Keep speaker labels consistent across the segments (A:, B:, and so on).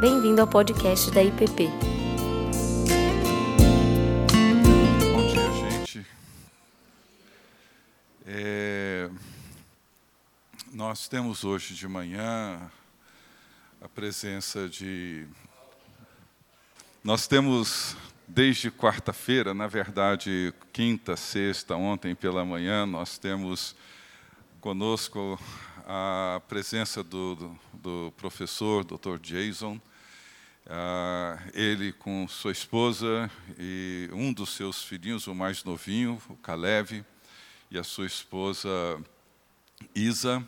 A: Bem-vindo ao podcast da IPP.
B: Bom dia, gente. É, nós temos hoje de manhã a presença de. Nós temos desde quarta-feira, na verdade, quinta, sexta, ontem pela manhã, nós temos conosco a presença do, do, do professor, Dr. Jason. Ah, ele com sua esposa e um dos seus filhinhos, o mais novinho, o Caleb, e a sua esposa Isa.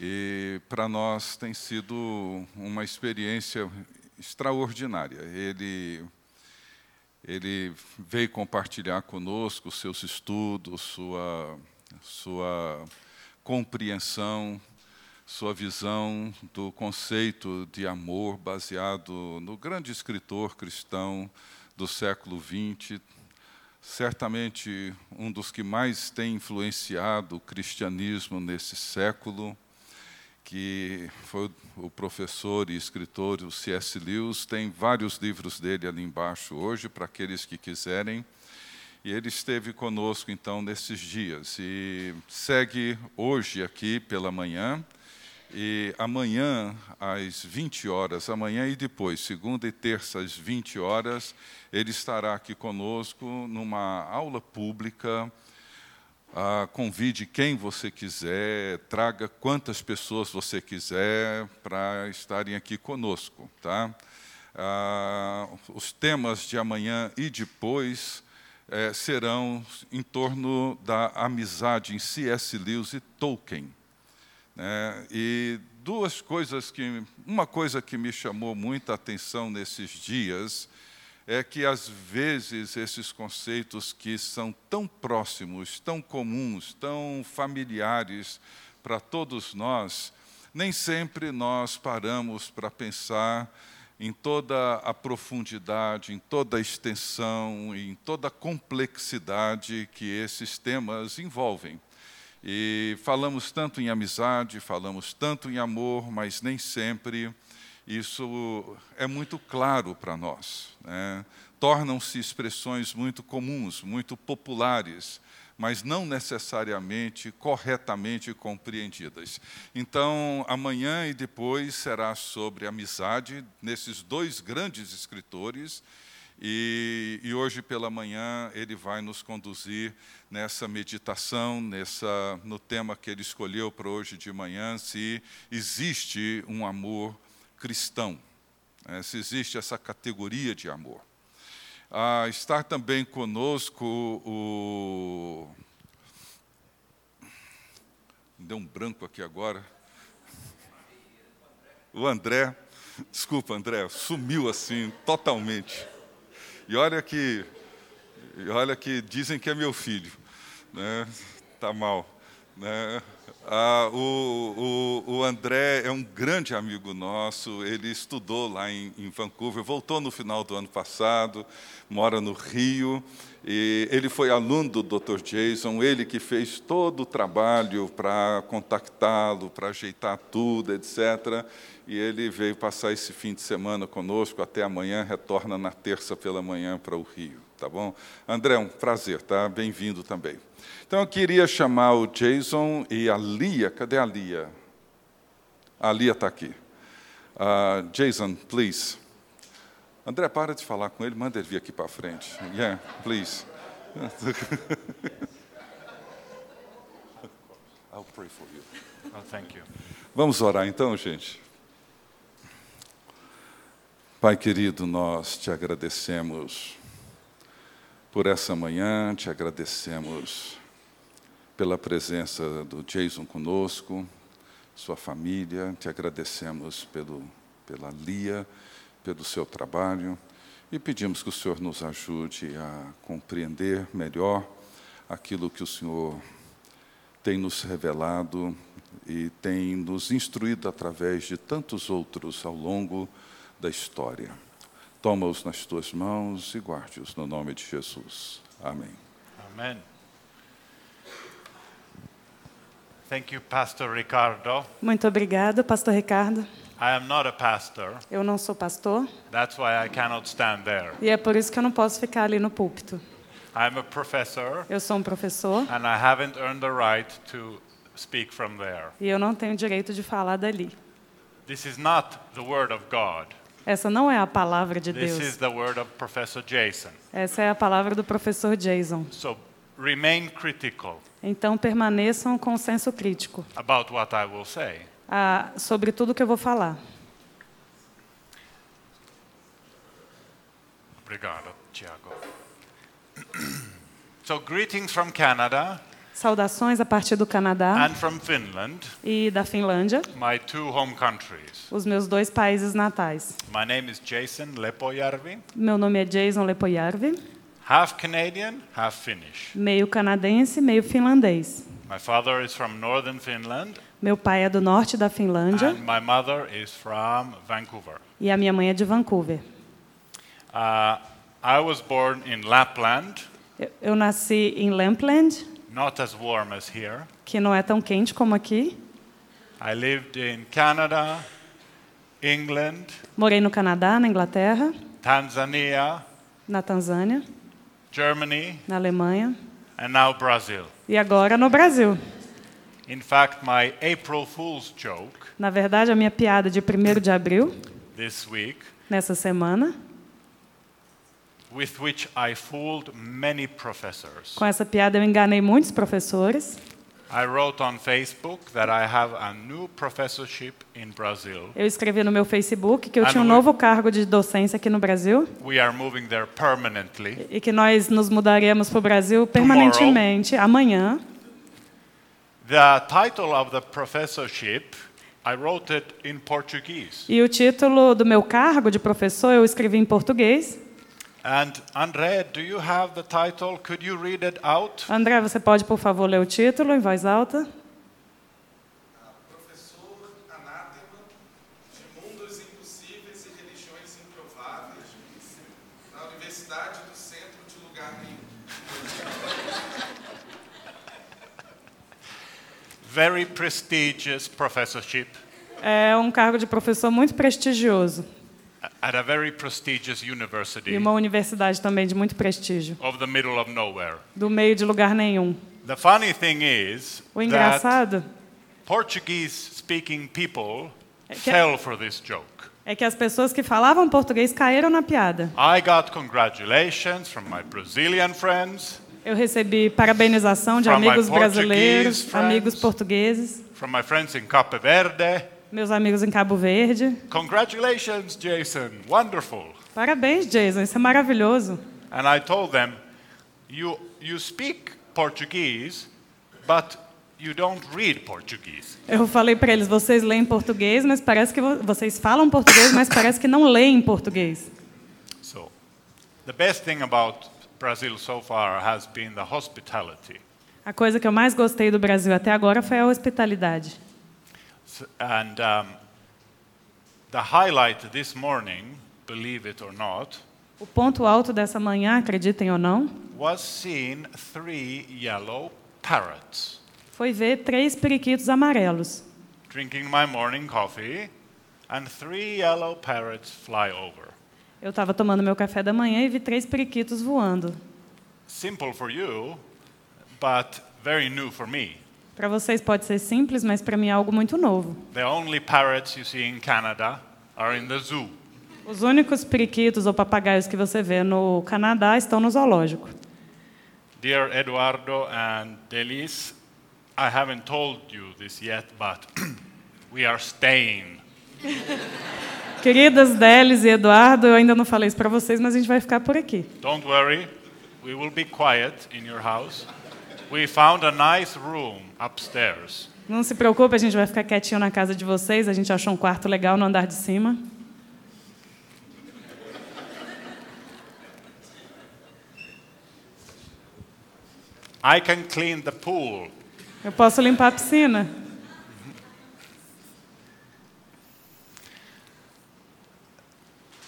B: E para nós tem sido uma experiência extraordinária. Ele ele veio compartilhar conosco seus estudos, sua sua compreensão sua visão do conceito de amor baseado no grande escritor cristão do século XX, certamente um dos que mais tem influenciado o cristianismo nesse século, que foi o professor e escritor o C.S. Lewis, tem vários livros dele ali embaixo hoje para aqueles que quiserem. E ele esteve conosco então nesses dias e segue hoje aqui pela manhã. E amanhã, às 20 horas, amanhã e depois, segunda e terça, às 20 horas, ele estará aqui conosco numa aula pública. Ah, convide quem você quiser, traga quantas pessoas você quiser para estarem aqui conosco. Tá? Ah, os temas de amanhã e depois eh, serão em torno da amizade em C.S. Lewis e Tolkien. Né? E duas coisas que, uma coisa que me chamou muita atenção nesses dias é que às vezes esses conceitos que são tão próximos, tão comuns, tão familiares para todos nós, nem sempre nós paramos para pensar em toda a profundidade, em toda a extensão, em toda a complexidade que esses temas envolvem. E falamos tanto em amizade, falamos tanto em amor, mas nem sempre isso é muito claro para nós. Né? Tornam-se expressões muito comuns, muito populares, mas não necessariamente corretamente compreendidas. Então, amanhã e depois será sobre amizade nesses dois grandes escritores. E, e, hoje pela manhã ele vai nos conduzir nessa meditação, nessa no tema que ele escolheu para hoje de manhã, se existe um amor cristão, né, se existe essa categoria de amor. Ah, está também conosco o deu um branco aqui agora, o André. Desculpa, André, sumiu assim totalmente. E olha que, e olha que dizem que é meu filho, né? Tá mal, né? Ah, o, o, o André é um grande amigo nosso. Ele estudou lá em, em Vancouver, voltou no final do ano passado, mora no Rio. E ele foi aluno do Dr. Jason, ele que fez todo o trabalho para contactá-lo, para ajeitar tudo, etc. E ele veio passar esse fim de semana conosco até amanhã, retorna na terça pela manhã para o Rio, tá bom? André, um prazer, tá? Bem-vindo também. Então eu queria chamar o Jason e a Lia, cadê a Lia? A Lia está aqui. Uh, Jason, please. André, para de falar com ele, manda ele vir aqui para frente. Yeah, please. I'll pray for you.
C: Oh, thank you.
B: Vamos orar então, gente. Pai querido, nós te agradecemos por essa manhã, te agradecemos pela presença do Jason conosco, sua família, te agradecemos pelo, pela Lia pelo seu trabalho e pedimos que o Senhor nos ajude a compreender melhor aquilo que o Senhor tem nos revelado e tem nos instruído através de tantos outros ao longo da história. Toma-os nas tuas mãos e guarde-os no nome de Jesus. Amém.
C: Amen. Thank you, Pastor Ricardo.
D: Muito obrigada, Pastor Ricardo.
C: I am not a pastor.
D: Eu não sou pastor
C: That's why I cannot stand there.
D: e é por isso que eu não posso ficar ali no púlpito.
C: I'm a professor
D: Eu sou um professor
C: and I haven't earned the right to speak from there.
D: e eu não tenho direito de falar dali.
C: This is not the word of God.
D: Essa não é a palavra de
C: This is
D: Deus.
C: the word of Professor Jason.
D: Essa é a palavra do professor Jason.
C: So remain critical
D: Então permaneçam com senso crítico
C: about what I will say.
D: ah, sobre tudo que eu vou falar.
C: Obrigado, Tiago. so greetings from Canada
D: Saudações a partir do Canadá
C: and from Finland,
D: e da Finlândia,
C: my two home countries.
D: os meus dois países natais.
C: My name is Jason Lepojärvi,
D: Meu nome é Jason Lepojarvi,
C: half Canadian, half Finnish.
D: meio canadense, meio finlandês.
C: My father is from northern Finland
D: Meu pai é do norte da Finlândia
C: and my mother is from Vancouver.
D: e a minha mãe é de Vancouver.
C: Uh, I was born in Lapland,
D: Eu- Eu nasci em Lampland,
C: not as warm as here.
D: que não é tão quente como aqui.
C: I lived in Canada, England,
D: Morei no Canadá, na Inglaterra,
C: Tanzania,
D: na Tanzânia,
C: Germany,
D: na Alemanha
C: and now Brazil.
D: e agora no Brasil.
C: In fact, my April Fool's joke
D: Na verdade, a minha piada de 1 de abril,
C: this week,
D: nessa semana,
C: with which I fooled many professors,
D: com essa piada eu enganei muitos professores.
C: I wrote on Facebook that I have a new professorship in Brazil.
D: Eu escrevi no meu Facebook que eu
C: Ah,
D: tinha um
C: não é?
D: novo cargo de docência aqui no Brasil
C: We are moving there permanently.
D: e que nós nos mudaremos para o Brasil permanentemente amanhã.
C: The title of the professorship, I wrote it in Portuguese.
D: E o título do meu cargo de professor eu escrevi em português.
C: And André, do you have the title? Could you read it out?
D: André, você pode, por favor, ler o título em voz alta?
E: professor anátema de mundos impossíveis e religiões improváveis na Universidade do Centro de Lugar Nenhum.
C: Very prestigious professorship
D: É um cargo de professor muito prestigioso
C: at a very prestigious
D: e
C: university
D: uma universidade também de muito prestígio,
C: of the middle of nowhere.
D: do meio de lugar nenhum.
C: The funny thing is
D: O
C: that
D: engraçado
C: Portuguese speaking people
D: É Eh, que-
C: fell for this joke.
D: é que as pessoas que falavam português caíram na piada.
C: I got congratulations from my Brazilian friends,
D: Eu recebi parabenização de
C: From my
D: amigos
C: Portuguese
D: brasileiros,
C: friends.
D: amigos portugueses,
C: from my friends in Cape Verde.
D: meus amigos em Cabo Verde.
C: Congratulations, Jason. Wonderful.
D: Parabéns, Jason, isso é maravilhoso.
C: And I told them, you, you speak Portuguese, but you don't read Portuguese.
D: Eu falei para eles, vocês leem português, mas parece que vo- vocês falam português, mas parece que não leem português.
C: So, the best thing about Brazil so far has been the hospitality.
D: A coisa que eu mais gostei do Brasil até agora foi a hospitalidade.
C: S- And um, the highlight this morning, believe it or not,
D: O ponto alto dessa manhã, acreditem ou não,
C: was seeing three yellow parrots
D: foi ver três periquitos amarelos
C: drinking my morning coffee, and three yellow parrots fly over.
D: Eu estava tomando meu café da manhã e vi três periquitos voando.
C: Simple for you, but very new for me.
D: Para vocês pode ser simples, mas para mim é algo muito novo.
C: The only parrots you see in Canada are in the zoo.
D: Os únicos periquitos ou papagaios que você vê no Canadá estão no zoológico.
C: Dear Eduardo and Delis, I haven't told you this yet, but we are staying.
D: Queridas Delis e Eduardo, eu ainda não falei isso para vocês, mas a gente vai ficar por aqui.
C: Don't worry, we will be quiet in your house. We found a nice room upstairs.
D: Não se preocupe, a gente vai ficar quietinho na casa de vocês. A gente achou um quarto legal no andar de cima.
C: I can clean the pool.
D: Eu posso limpar a piscina.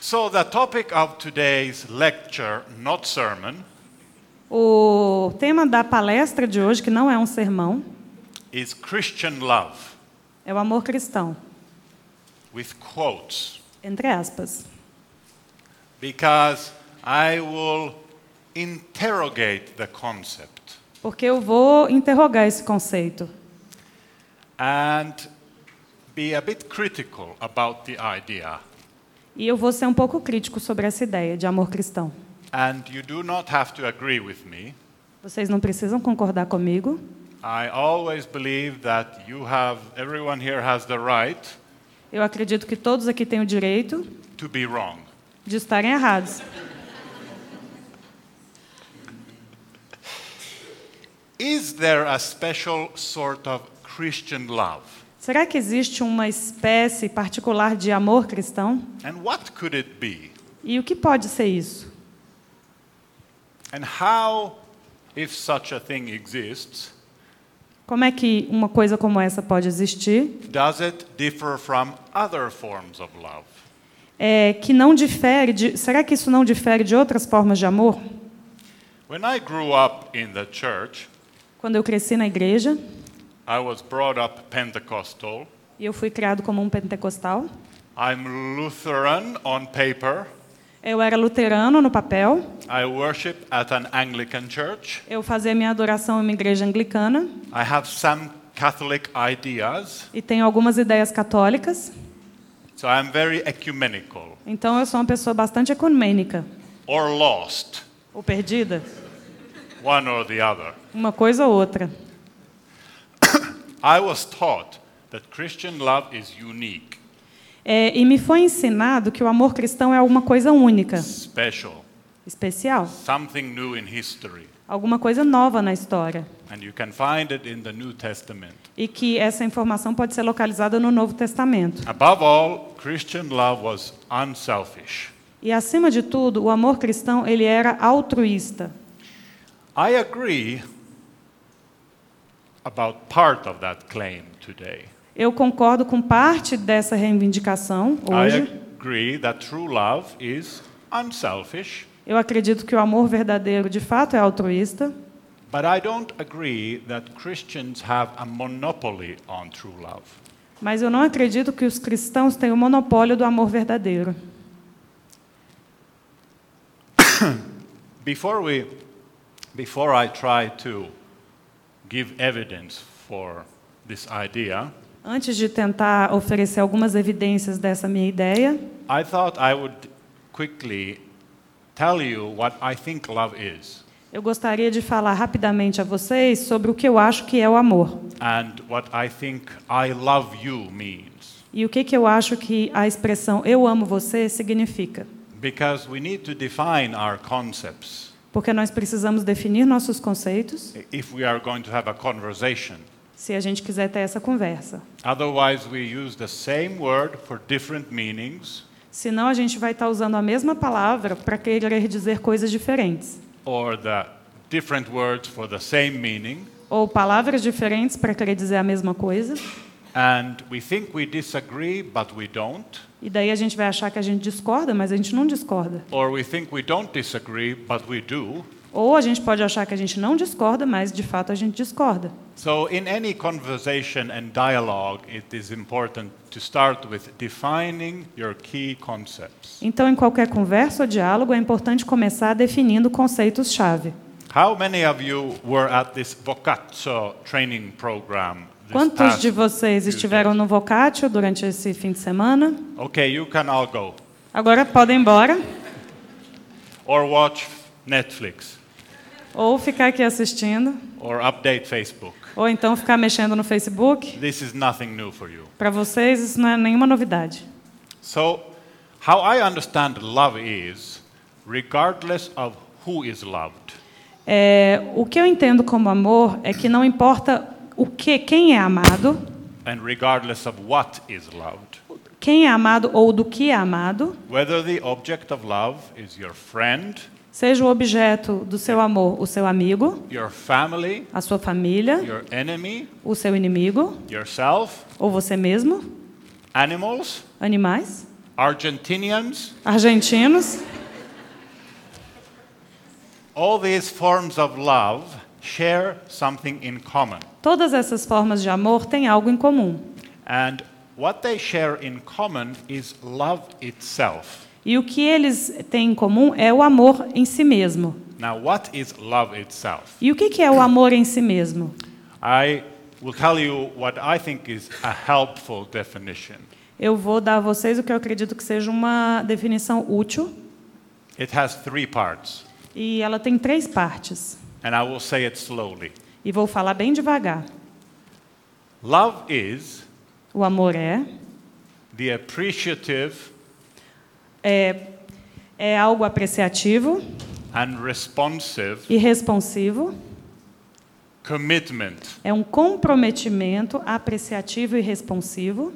C: So, the topic of today's lecture, not sermon,
D: O tema da palestra de hoje, que não é um sermão,
C: is Christian love.
D: é o amor cristão.
C: with quotes
D: entre aspas.
C: because I will interrogate the concept
D: Porque eu vou interrogar esse conceito
C: and be a bit critical about the idea.
D: e eu vou ser um pouco crítico sobre essa ideia de amor cristão.
C: And you do not have to agree with me.
D: Vocês não precisam concordar comigo.
C: I always believe that you have, everyone here has the right
D: Eu acredito que todos aqui têm o direito
C: to be wrong.
D: de estarem errados.
C: Is there a special sort of Christian love?
D: Será que existe uma espécie particular de amor cristão?
C: And what could it be?
D: E o que pode ser isso?
C: And how, if such a thing exists,
D: Como é que uma coisa como essa pode existir,
C: does it differ from other forms of love?
D: é, que não difere de? Será que isso não difere de outras formas de amor?
C: When I grew up in the church,
D: Quando eu cresci na igreja
C: I was brought up Pentecostal.
D: e eu fui criado como um pentecostal,
C: I'm Lutheran on paper.
D: eu era luterano no papel,
C: I worship at an Anglican church.
D: eu fazia minha adoração em uma igreja anglicana
C: I have some Catholic ideas,
D: e tenho algumas ideias católicas,
C: so I'm very ecumenical
D: então eu sou uma pessoa bastante ecumênica
C: or lost,
D: ou perdida,
C: one or the other.
D: uma coisa ou outra.
C: I was taught that Christian love is unique,
D: É, e me foi ensinado que o amor cristão é alguma coisa única,
C: special,
D: especial,
C: something new in history,
D: alguma coisa nova na história.
C: and you can find it in the New Testament.
D: E que essa informação pode ser localizada no Novo Testamento.
C: Above all, Christian love was unselfish.
D: E acima de tudo, o amor cristão ele era altruísta.
C: I agree about part of that claim today.
D: Eu concordo com parte dessa reivindicação
C: I
D: hoje.
C: agree that true love is unselfish,
D: Eu acredito que o amor verdadeiro de fato é altruísta,
C: but I don't agree that Christians have a monopoly on true love.
D: mas eu não acredito que os cristãos tenham o monopólio do amor verdadeiro.
C: Before we, before I try to give evidence for this idea,
D: Antes de tentar oferecer algumas evidências dessa minha ideia,
C: I thought I would quickly tell you what I think love is
D: eu gostaria de falar rapidamente a vocês sobre o que eu acho que é o amor
C: and what I think I love you means.
D: e o que, que eu acho que a expressão eu amo você significa.
C: Because we need to define our concepts
D: Porque nós precisamos definir nossos conceitos
C: if we are going to have a conversation.
D: se a gente quiser ter essa conversa.
C: Otherwise, we use the same word for different meanings
D: Senão a gente vai estar usando a mesma palavra para querer dizer coisas diferentes,
C: or the different words for the same meaning.
D: ou palavras diferentes para querer dizer a mesma coisa,
C: And we think we disagree, but we don't.
D: e daí a gente vai achar que a gente discorda, mas a gente não discorda.
C: Or we think we don't disagree, but we do.
D: Ou a gente pode achar que a gente não discorda, mas de fato a gente discorda.
C: So, in any conversation and dialogue, it is important to start with defining your key concepts.
D: Então, em qualquer conversa ou diálogo, é importante começar definindo conceitos-chave.
C: How many of you were at this Vocazzo training program? This
D: Quantos
C: past
D: de
C: few
D: vocês
C: days?
D: estiveram no Vocatio durante esse fim de semana?
C: Okay, you can all go.
D: Agora podem ir embora.
C: Or watch Netflix,
D: Ou ficar aqui assistindo,
C: or update Facebook.
D: ou então ficar mexendo no Facebook.
C: This is nothing new for you.
D: Para vocês, isso não é nenhuma novidade.
C: So, how I understand love is regardless of who is loved,
D: É, o que eu entendo como amor é que não importa o que, quem é amado,
C: and regardless of what is loved.
D: quem é amado ou do que é amado,
C: Whether the object of love is your friend,
D: seja o objeto do seu amor, o seu amigo,
C: your family,
D: a sua família,
C: your enemy,
D: o seu inimigo,
C: yourself,
D: ou você mesmo,
C: animals,
D: animais,
C: Argentinians,
D: argentinos,
C: all these forms of love share something in common.
D: todas essas formas de amor têm algo em comum.
C: And What they share in common is love itself.
D: E o que eles têm em comum é o amor em si mesmo.
C: Now, what is love itself?
D: E o que que é o amor em si mesmo?
C: I will tell you what I think is a helpful definition.
D: Eu vou dar a vocês o que eu acredito que seja uma definição útil,
C: It has three parts,
D: e ela tem três partes.
C: and I will say it slowly.
D: E vou falar bem devagar.
C: Love is
D: O amor é,
C: the appreciative
D: é, é algo apreciativo
C: and responsive
D: e responsivo,
C: commitment
D: é um comprometimento apreciativo e responsivo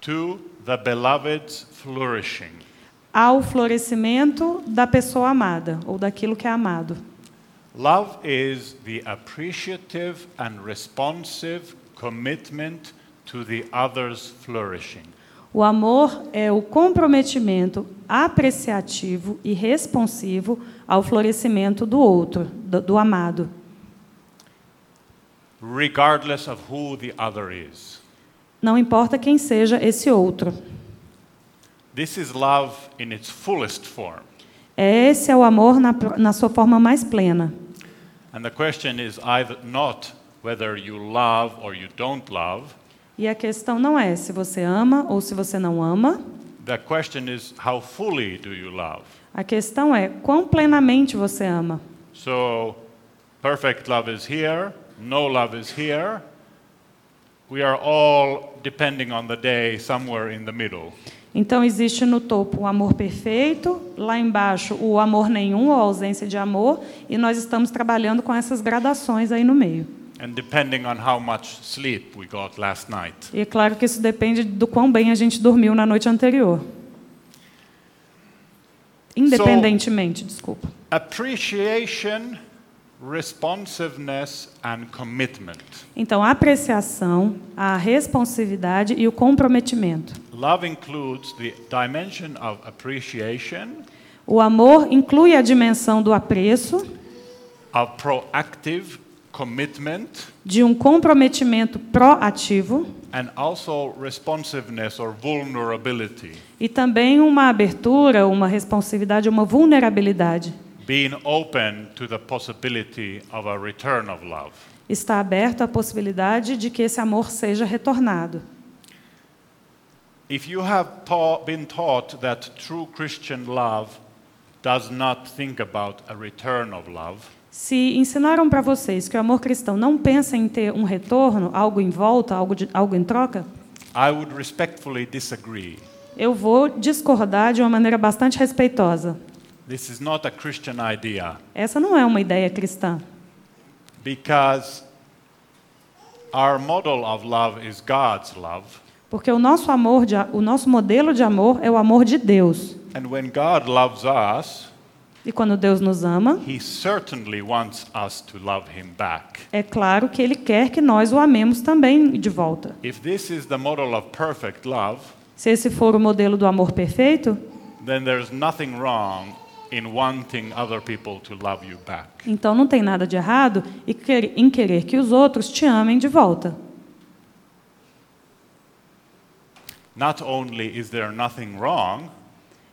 C: to the beloved's flourishing.
D: ao florescimento da pessoa amada ou daquilo que é amado.
C: Love is the appreciative and responsive commitment to the other's flourishing.
D: O amor é o comprometimento apreciativo e responsivo ao florescimento do outro, do, do amado,
C: regardless of who the other is.
D: não importa quem seja esse outro.
C: This is love in its fullest form.
D: Esse é o amor na, pro- na sua forma mais plena.
C: And the question is either not whether you love or you don't love.
D: E a questão não é se você ama ou se você não ama,
C: The question is how fully do you love?
D: a questão é quão plenamente você ama.
C: So, perfect love is here, no love is here. We are all depending on the day somewhere in the middle.
D: Então existe no topo o amor perfeito, lá embaixo o amor nenhum ou a ausência de amor, e nós estamos trabalhando com essas gradações aí no meio.
C: And depending on how much sleep we got last night.
D: E é claro que isso depende do quão bem a gente dormiu na noite anterior. Independentemente, desculpa.
C: Appreciation, responsiveness, and commitment.
D: Então, a apreciação, a responsividade e o comprometimento.
C: Love includes the dimension of appreciation,
D: O amor inclui a dimensão do apreço,
C: of proactive commitment,
D: de um comprometimento proativo
C: and also responsiveness or vulnerability.
D: e também uma abertura, uma responsividade, uma vulnerabilidade.
C: Being open to the possibility of a return of love.
D: Está aberto à possibilidade de que esse amor seja retornado.
C: If you have ta- been taught that true Christian love does not think about a return of love,
D: Se ensinaram para vocês que o amor cristão não pensa em ter um retorno, algo em volta, algo, de, algo em troca,
C: I would respectfully disagree.
D: eu vou discordar de uma maneira bastante respeitosa.
C: This is not a Christian idea
D: Essa não é uma ideia cristã,
C: because our model of love is God's love.
D: porque o nosso amor, de, a- o nosso modelo de amor é o amor de Deus.
C: And when God loves us,
D: E quando Deus nos ama,
C: He certainly wants us to love Him back.
D: é claro que Ele quer que nós o amemos também de volta.
C: If this is the model of perfect love,
D: Se esse for o modelo do amor perfeito,
C: then there's nothing wrong in wanting other people to love you back.
D: então não tem nada de errado e quer- em querer que os outros te amem de volta.
C: Not only is there nothing wrong,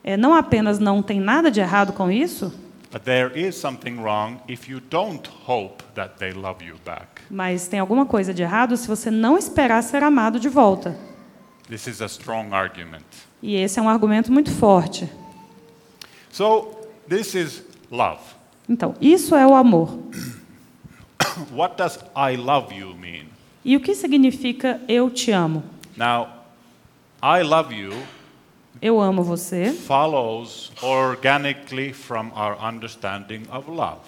D: É, não apenas não tem nada de errado com isso,
C: but there is something wrong if you don't hope that they love you back.
D: mas tem alguma coisa de errado se você não esperar ser amado de volta.
C: This is a strong argument.
D: E esse é um argumento muito forte.
C: So, this is love.
D: Então, isso é o amor.
C: What does I love you mean?
D: E o que significa eu te amo?
C: Now, I love you
D: Eu amo você.
C: follows organically from our understanding of love.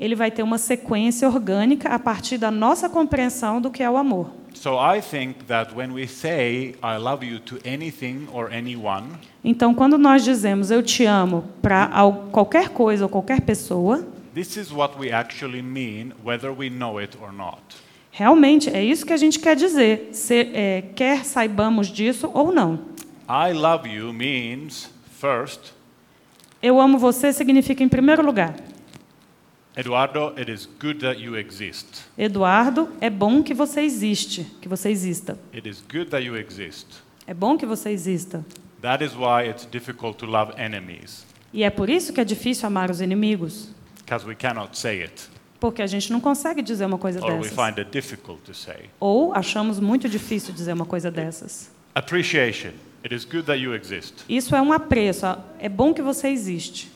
D: Ele vai ter uma sequência orgânica a partir da nossa compreensão do que é o amor.
C: So I think that when we say I love you to anything or anyone,
D: Então, quando nós dizemos eu te amo para qualquer coisa ou qualquer pessoa,
C: this is what we actually mean, whether we know it or not.
D: realmente é isso que a gente quer dizer, se, é, quer saibamos disso ou não.
C: I love you means first
D: Eu amo você significa, em primeiro lugar,
C: Eduardo, it is good that you exist.
D: Eduardo, é bom que você existe, que você exista.
C: It is good that you exist.
D: É bom que você exista.
C: That is why it's difficult to love enemies,
D: E é por isso que é difícil amar os inimigos,
C: because we cannot say it,
D: porque a gente não consegue dizer uma coisa
C: or Oh, we
D: dessas.
C: find it difficult to say.
D: Ou achamos muito difícil dizer uma coisa dessas.
C: Appreciation. It is good that you exist.
D: Isso é um apreço, a- é bom que você existe.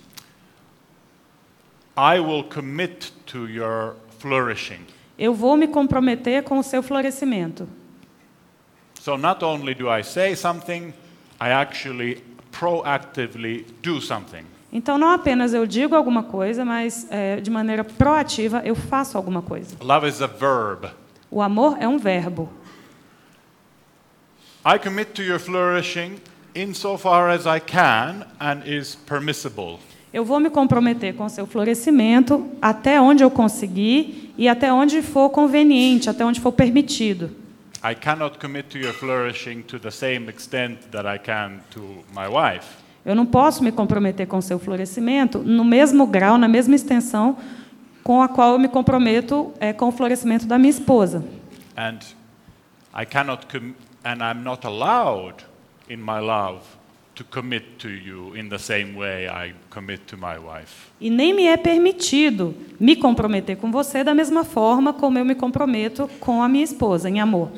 C: I will commit to your flourishing.
D: Eu vou me comprometer com o seu florescimento.
C: So not only do I say something, I actually proactively do something.
D: Então, não apenas eu digo alguma coisa, mas é, de maneira proativa eu faço alguma coisa.
C: Love is a verb.
D: O amor é um verbo.
C: I commit to your flourishing insofar as I can and is permissible.
D: Eu vou me comprometer com o seu florescimento até onde eu conseguir e até onde for conveniente, até onde for permitido.
C: I cannot commit to your flourishing to the same extent that I can to my wife.
D: Eu não posso me comprometer com o seu florescimento no mesmo grau, na mesma extensão com a qual eu me comprometo é, com o florescimento da minha esposa.
C: And I cannot com- and I'm not allowed in my love to commit to you in the same way I commit to my wife.
D: E nem me é permitido me comprometer com você da mesma forma como eu me comprometo com a minha esposa, em amor.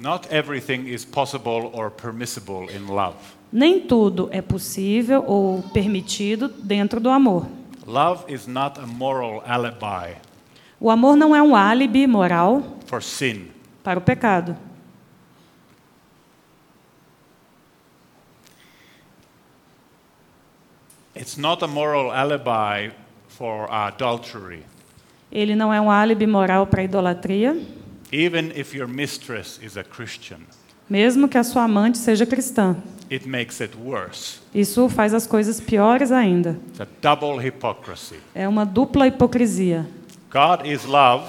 C: Not everything is possible or permissible in love.
D: Nem tudo é possível ou permitido dentro do amor.
C: Love is not a moral alibi
D: O amor não é um álibi moral
C: for sin.
D: para o pecado.
C: It's not a moral alibi for adultery,
D: Ele não é um álibi moral para a idolatria,
C: even if your mistress is a Christian.
D: mesmo que a sua amante seja cristã.
C: It makes it worse.
D: Isso faz as coisas piores ainda.
C: It's a double hypocrisy.
D: É uma dupla hipocrisia.
C: God is love,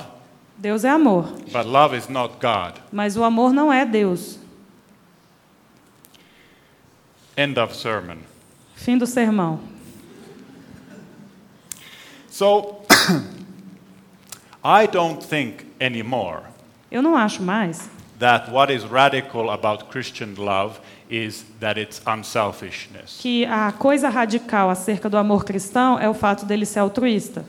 D: Deus é amor,
C: but love is not God.
D: mas o amor não é Deus.
C: End of sermon.
D: Fim do sermão.
C: So, I don't think anymore
D: Eu não acho mais
C: that what is radical about Christian love is that it's unselfishness.
D: que a coisa radical acerca do amor cristão é o fato dele ser altruísta.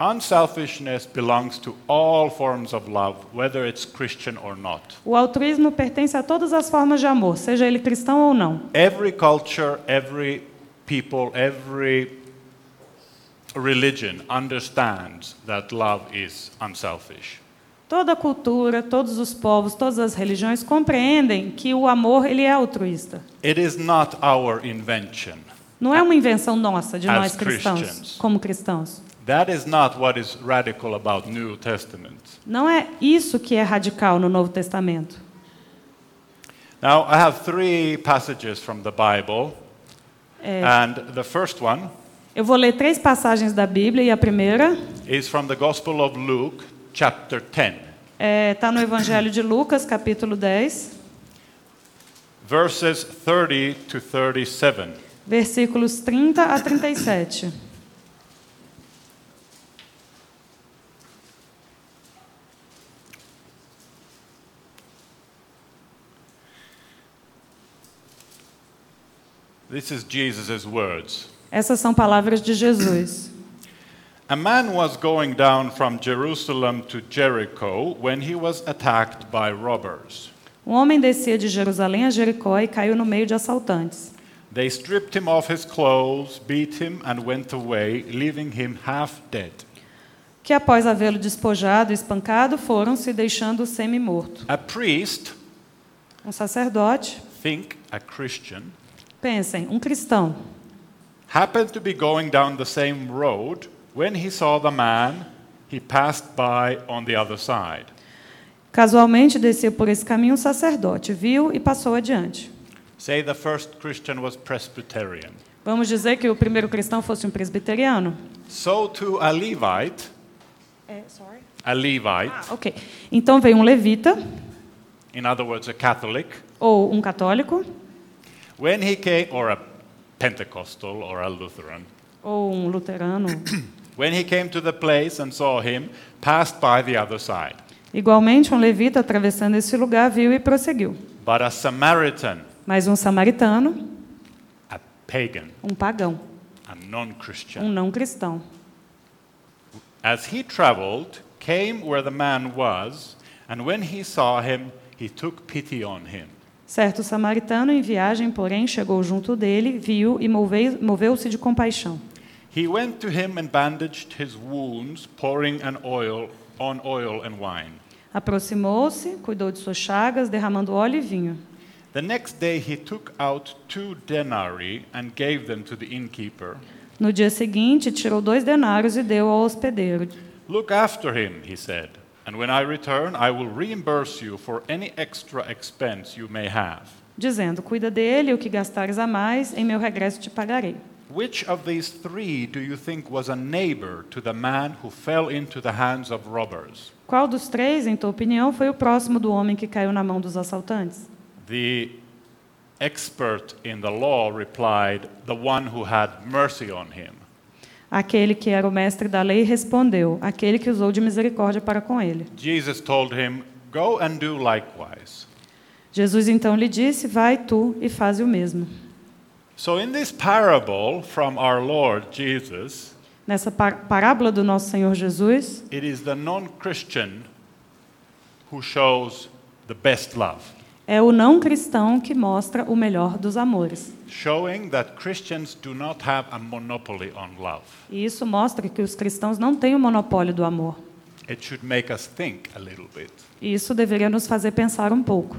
C: Unselfishness belongs to all forms of love, whether it's Christian or not.
D: O altruísmo pertence a todas as formas de amor, seja ele cristão ou não.
C: Every culture, every people, every religion understands that love is unselfish.
D: Toda cultura, todos os povos, todas as religiões compreendem que o amor ele é altruísta.
C: It is not our invention.
D: Não é uma invenção nossa, de
C: As
D: nós cristãos,
C: Christians.
D: como cristãos.
C: That is not what is radical about New Testament.
D: Não é isso que é radical no Novo Testamento.
C: Now, I have three passages from the Bible, and the first one
D: Eu vou ler três passagens da Bíblia e a primeira
C: is from the Gospel of Luke, chapter 10,
D: está é, tá no Evangelho de Lucas, capítulo 10,
C: verses 30 to 37.
D: versículos 30 a 37.
C: This is Jesus' words.
D: Essas são palavras de Jesus.
C: A man was going down from Jerusalem to Jericho when he was attacked by robbers.
D: Um homem descia de Jerusalém a Jericó e caiu no meio de assaltantes.
C: They stripped him of his clothes, beat him, and went away, leaving him half dead.
D: Que após havê-lo despojado e espancado, foram-se deixando-o semi-morto.
C: A priest,
D: Um sacerdote,
C: think a Christian,
D: pensem, um cristão,
C: happened to be going down the same road. When he saw the man, he passed by on the other side.
D: casualmente descia por esse caminho um sacerdote, viu e passou adiante.
C: Say the first Christian was Presbyterian.
D: Vamos dizer que o primeiro cristão fosse um presbiteriano?
C: So too a Levite,
D: É, sorry.
C: a Levite,
D: Ah, ok. Então veio um levita,
C: in other words, a Catholic,
D: ou um católico,
C: When he came, or a Pentecostal or a Lutheran,
D: ou um luterano.
C: When he came to the place and saw him, passed by the other side.
D: Igualmente, um levita atravessando esse lugar viu e prosseguiu.
C: But a Samaritan,
D: Mas um samaritano,
C: a pagan,
D: um pagão,
C: a non Christian,
D: um não cristão,
C: As he traveled, came where the man was, and when he saw him, he took pity on him.
D: Certo samaritano em viagem, porém, chegou junto dele, viu e movei- moveu-se de compaixão.
C: He went to him and bandaged his wounds, pouring an oil on oil and wine.
D: Aproximou-se, cuidou de suas chagas, derramando óleo e vinho.
C: The next day he took out two denarii and gave them to the innkeeper.
D: No dia seguinte, tirou dois denários e deu ao hospedeiro.
C: Look after him, he said, and when I return, I will reimburse you for any extra expense you may have.
D: dizendo: Cuida dele, o que gastares a mais, em meu regresso te pagarei.
C: Which of these three do you think was a neighbor to the man who fell into the hands of robbers?
D: Qual dos três, em tua opinião, foi o próximo do homem que caiu na mão dos assaltantes?
C: The expert in the law replied, The one who had mercy on him.
D: Aquele que era o mestre da lei respondeu: Aquele que usou de misericórdia para com ele.
C: Jesus told him, Go and do likewise.
D: Jesus então lhe disse: Vai tu e faze o mesmo.
C: So, in this parable from our Lord Jesus,
D: Nessa par- parábola do nosso Senhor Jesus,
C: it is the non Christian who shows the best love,
D: é o não cristão que mostra o melhor dos amores.
C: showing that Christians do not have a monopoly on love.
D: E isso mostra que os cristãos não têm o monopólio do amor.
C: It should make us think a little bit.
D: E isso deveria nos fazer pensar um pouco.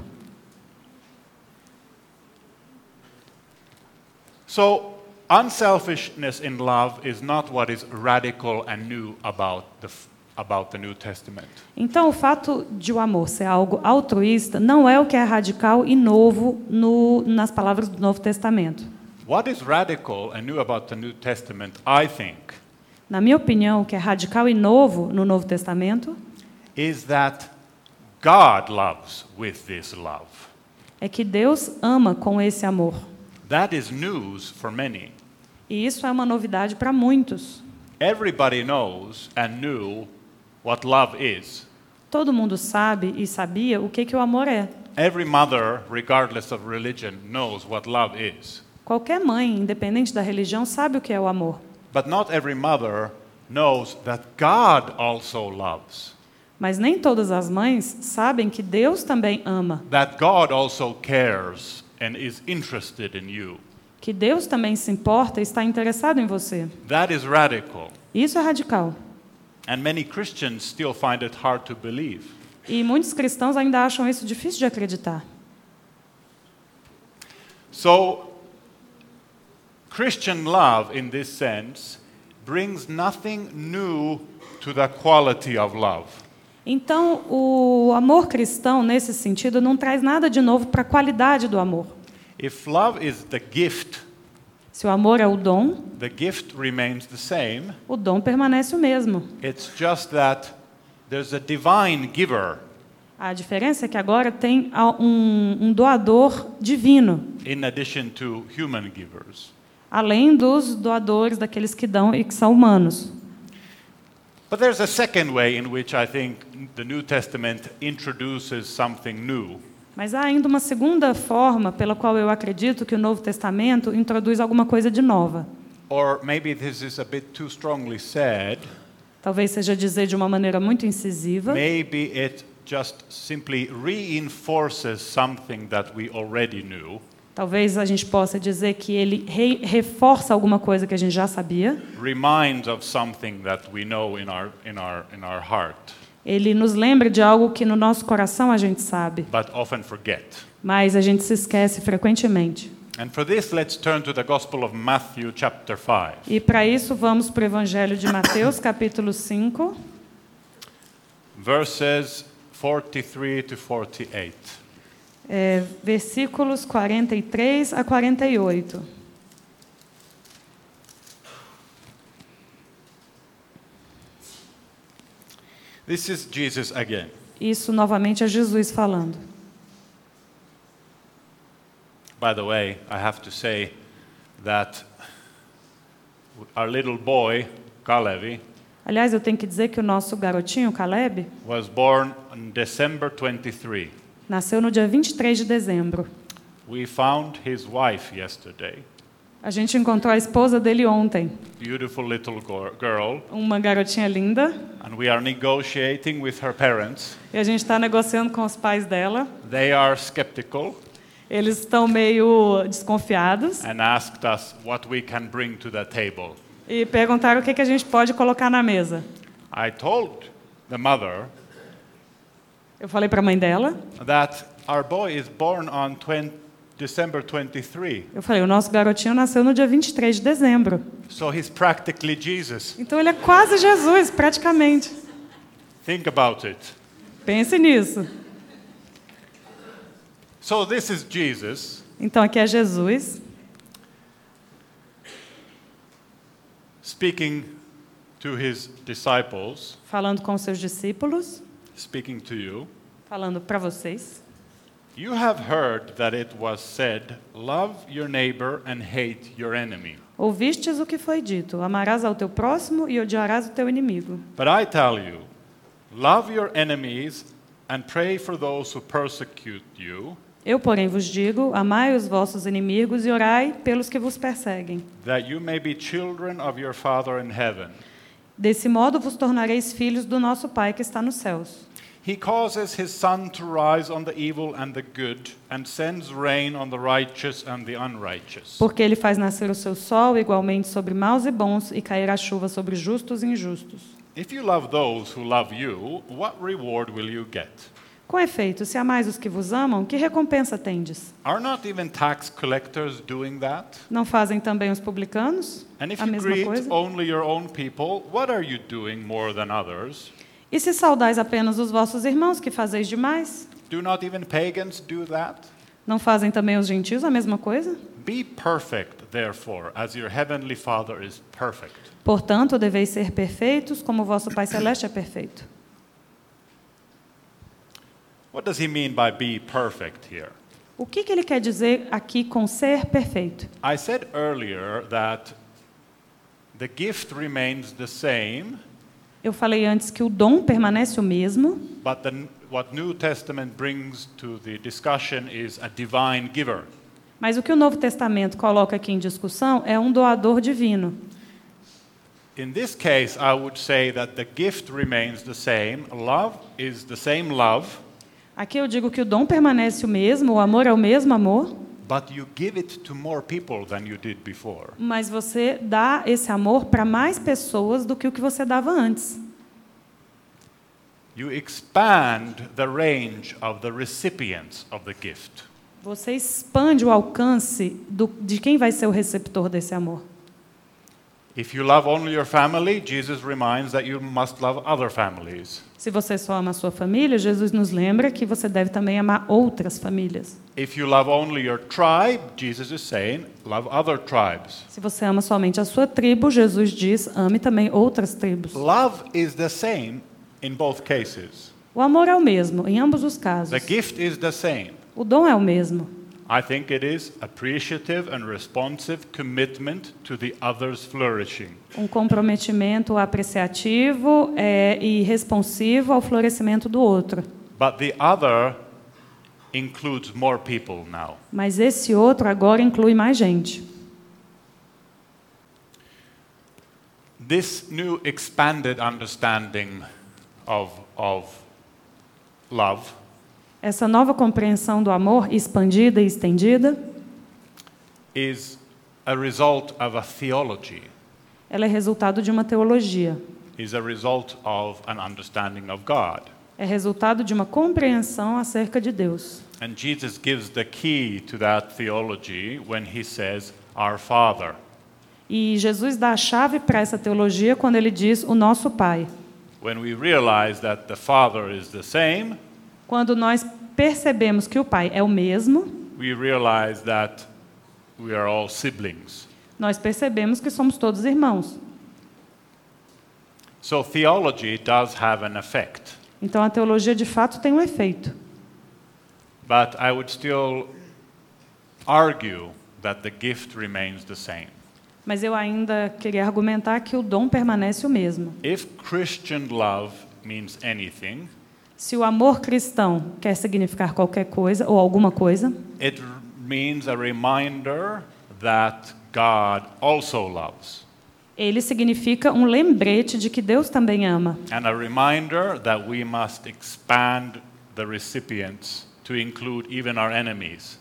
C: So, unselfishness in love is not what is radical and new about the, f- about the New Testament.
D: Então, o fato de o amor ser algo altruísta não é o que é radical e novo no, nas palavras do Novo Testamento.
C: What is radical and new about the New Testament, I think,
D: Na minha opinião, o que é radical e novo no Novo Testamento
C: is that God loves with this love.
D: é que Deus ama com esse amor.
C: That is news for many.
D: E isso é uma novidade para muitos.
C: Everybody knows and knew what love is.
D: Todo mundo sabe e sabia o que, que o amor é.
C: Every mother, regardless of religion, knows what love is.
D: Qualquer mãe, independente da religião, sabe o que é o amor.
C: But not every mother knows that God also loves.
D: Mas nem todas as mães sabem que Deus também ama,
C: that God also cares and is interested in you.
D: que Deus também se importa e está interessado em você.
C: That is radical.
D: Isso é radical.
C: And many Christians still find it hard to believe.
D: E muitos cristãos ainda acham isso difícil de acreditar.
C: So, Christian love in this sense brings nothing new to the quality of love.
D: Então, o amor cristão, nesse sentido, não traz nada de novo para a qualidade do amor.
C: If love is the gift,
D: Se o amor é o dom,
C: the gift remains the same.
D: o dom permanece o mesmo.
C: It's just that there's a divine giver
D: A diferença é que agora tem a- um, um doador divino,
C: in addition to human givers.
D: além dos doadores daqueles que dão e que são humanos.
C: But there's a second way in which I think the New Testament introduces something new.
D: Mas há ainda uma segunda forma pela qual eu acredito que o Novo Testamento introduz alguma coisa de nova.
C: Or maybe this is a bit too strongly said.
D: Talvez seja dizer de uma maneira muito incisiva.
C: Maybe it just simply reinforces something that we already knew,
D: Talvez a gente possa dizer que ele re- reforça alguma coisa que a gente já sabia.
C: reminds of something that we know in our, in our, in our heart,
D: Ele nos lembra de algo que no nosso coração a gente sabe,
C: but often forget.
D: mas a gente se esquece frequentemente.
C: And for this, let's turn to the Gospel of Matthew, chapter 5.
D: E para isso vamos para o Evangelho de Mateus, capítulo 5,
C: Verses 43 to 48.
D: é, versículos 43 a 48.
C: This is Jesus again.
D: Isso novamente é Jesus falando.
C: By the way, I have to say that our little boy, Kalevi,
D: Aliás, eu tenho que dizer que o nosso garotinho, Caleb,
C: was born on December 23.
D: nasceu no dia 23 de dezembro.
C: We found his wife yesterday,
D: A gente encontrou a esposa dele ontem,
C: beautiful little gor- girl,
D: uma garotinha linda,
C: and we are negotiating with her parents.
D: e a gente está negociando com os pais dela.
C: They are skeptical
D: Eles estão meio desconfiados
C: and asked us what we can bring to the table.
D: e perguntaram o que, que a gente pode colocar na mesa.
C: I told the mother
D: Eu falei para a mãe dela,
C: that our boy is born on 20, December 23,
D: eu falei, o nosso garotinho nasceu no dia 23 de dezembro.
C: so he's practically Jesus.
D: Então ele é quase Jesus, praticamente.
C: Think about it.
D: Pense nisso.
C: So this is Jesus.
D: Então aqui é Jesus
C: speaking to his disciples,
D: falando com os seus discípulos,
C: speaking to you,
D: falando para vocês.
C: you have heard that it was said, Love your neighbor and hate your enemy.
D: Ouvistes o que foi dito: amarás ao teu próximo e odiarás o teu inimigo.
C: But I tell you, love your enemies and pray for those who persecute you,
D: Eu, porém, vos digo: amai os vossos inimigos e orai pelos que vos perseguem.
C: that you may be children of your Father in heaven.
D: Desse modo vos tornareis filhos do nosso Pai que está nos céus.
C: He causes his sun to rise on the evil and the good, and sends rain on the righteous and the unrighteous.
D: Porque ele faz nascer o seu sol igualmente sobre maus e bons, e cair a chuva sobre justos e injustos.
C: If you love those who love you, what reward will you get?
D: Com efeito, se amais os que vos amam, que recompensa tendes?
C: Are not even tax collectors doing that?
D: Não fazem também os publicanos
C: And if
D: a
C: you
D: mesma
C: greet
D: coisa?
C: only your own people, what are you doing more than others?
D: E se saudais apenas os vossos irmãos, que fazeis demais?
C: Do not even pagans do that?
D: Não fazem também os gentios a mesma coisa?
C: Be perfect, therefore, as your heavenly Father is perfect.
D: Portanto, deveis ser perfeitos, como o vosso Pai Celeste é perfeito.
C: What does he mean by be perfect here?
D: O que, que ele quer dizer aqui com ser perfeito?
C: I said earlier that the gift remains the same,
D: Eu falei antes que o dom permanece o mesmo,
C: but the, what New Testament brings to the discussion is a divine giver.
D: mas o que o Novo Testamento coloca aqui em discussão é um doador divino.
C: In this case, I would say that the gift remains the same. Love is the same love,
D: Aqui eu digo que o dom permanece o mesmo, o amor é o mesmo amor,
C: but you give it to more people than you did before.
D: mas você dá esse amor para mais pessoas do que o que você dava antes.
C: You expand the range of the recipients of the gift.
D: Você expande o alcance do, de quem vai ser o receptor desse amor.
C: If you love only your family, Jesus reminds that you must love other families.
D: Se você só ama a sua família, Jesus nos lembra que você deve também amar outras famílias.
C: If you love only your tribe, Jesus is saying, love other tribes.
D: Se você ama somente a sua tribo, Jesus diz: ame também outras tribos.
C: Love is the same in both cases.
D: O amor é o mesmo em ambos os casos.
C: The gift is the same.
D: O dom é o mesmo.
C: I think it is appreciative and responsive commitment to the other's flourishing.
D: Um comprometimento apreciativo é, e responsivo ao florescimento do outro.
C: But the other includes more people now.
D: Mas esse outro agora inclui mais gente.
C: This new expanded understanding of, of love
D: Essa nova compreensão do amor, expandida e estendida,
C: is a result of a theology,
D: ela é resultado de uma teologia.
C: is a result of an understanding of God.
D: É resultado de uma compreensão acerca de Deus.
C: And Jesus gives the key to that theology when he says, Our Father.
D: E Jesus dá a chave para essa teologia quando ele diz o nosso Pai.
C: When we realize that the Father is the same,
D: Quando nós percebemos que o Pai é o mesmo,
C: we realize that we are all siblings.
D: nós percebemos que somos todos irmãos.
C: So theology does have an effect,
D: Então a teologia de fato tem um efeito.
C: but I would still argue that the gift remains the same.
D: Mas eu ainda queria argumentar que o dom permanece o mesmo.
C: If Christian love means anything,
D: Se o amor cristão quer significar qualquer coisa ou alguma coisa,
C: it r- means a reminder that God also loves,
D: ele significa um lembrete de que Deus também ama
C: and a reminder that we must expand the recipients to include even our enemies.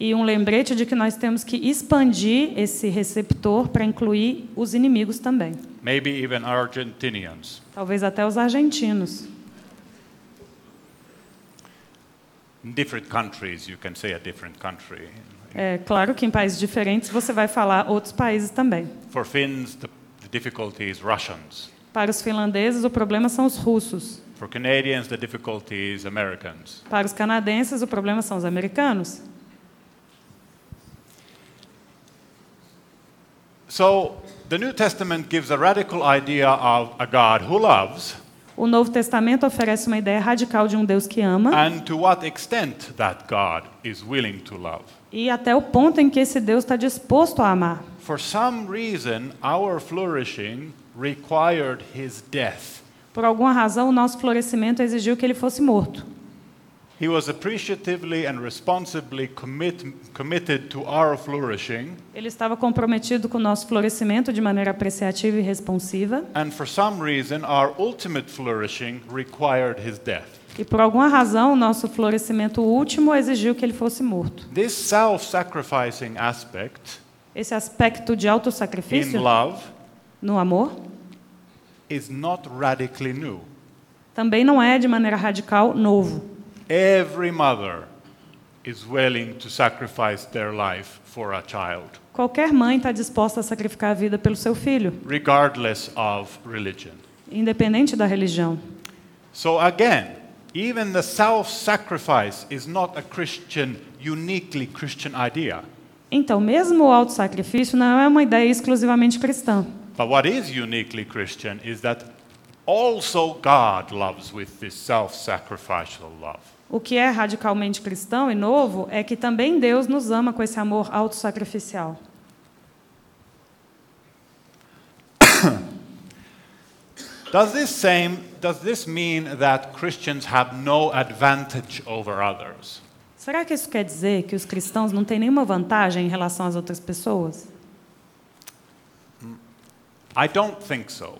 D: e um lembrete de que nós temos que expandir esse receptor para incluir os inimigos também,
C: maybe even Argentinians.
D: talvez até os argentinos.
C: In different countries, you can say a different country.
D: É claro que em países diferentes você vai falar outros países também.
C: For Finns, the, the difficulty is Russians.
D: Para os finlandeses, o problema são os russos.
C: For Canadians, the difficulty is Americans.
D: Para os canadenses, o problema são os americanos.
C: So the New Testament gives a radical idea of a God who loves
D: O Novo Testamento oferece uma ideia radical de um Deus que ama
C: and to what extent that God is willing to love.
D: e até o ponto em que esse Deus está disposto a amar.
C: For some reason, our flourishing required his death.
D: Por alguma razão, o nosso florescimento exigiu que ele fosse morto.
C: He was appreciatively and responsibly commit, committed to our flourishing,
D: Ele estava comprometido com o nosso florescimento de maneira apreciativa e responsiva,
C: and for some reason, our ultimate flourishing required his death.
D: e por alguma razão, o nosso florescimento último exigiu que ele fosse morto.
C: This self sacrificing aspect
D: Esse aspecto de autossacrifício
C: in love
D: no amor
C: is not radically new.
D: também não é de maneira radical novo.
C: Every mother is willing to sacrifice their life for a child,
D: Qualquer mãe está disposta a sacrificar a vida pelo seu filho,
C: regardless of religion.
D: independente da religião.
C: So again, even the self sacrifice is not a Christian, uniquely Christian idea.
D: Então, mesmo o autossacrifício não é uma ideia exclusivamente cristã.
C: But what is uniquely Christian is that also God loves with this self sacrificial love.
D: O que é radicalmente cristão e novo é que também Deus nos ama com esse amor autossacrificial.
C: Does this, same, does this mean that Christians have no advantage over others?
D: Será que isso quer dizer que os cristãos não têm nenhuma vantagem em relação às outras pessoas?
C: I don't think so.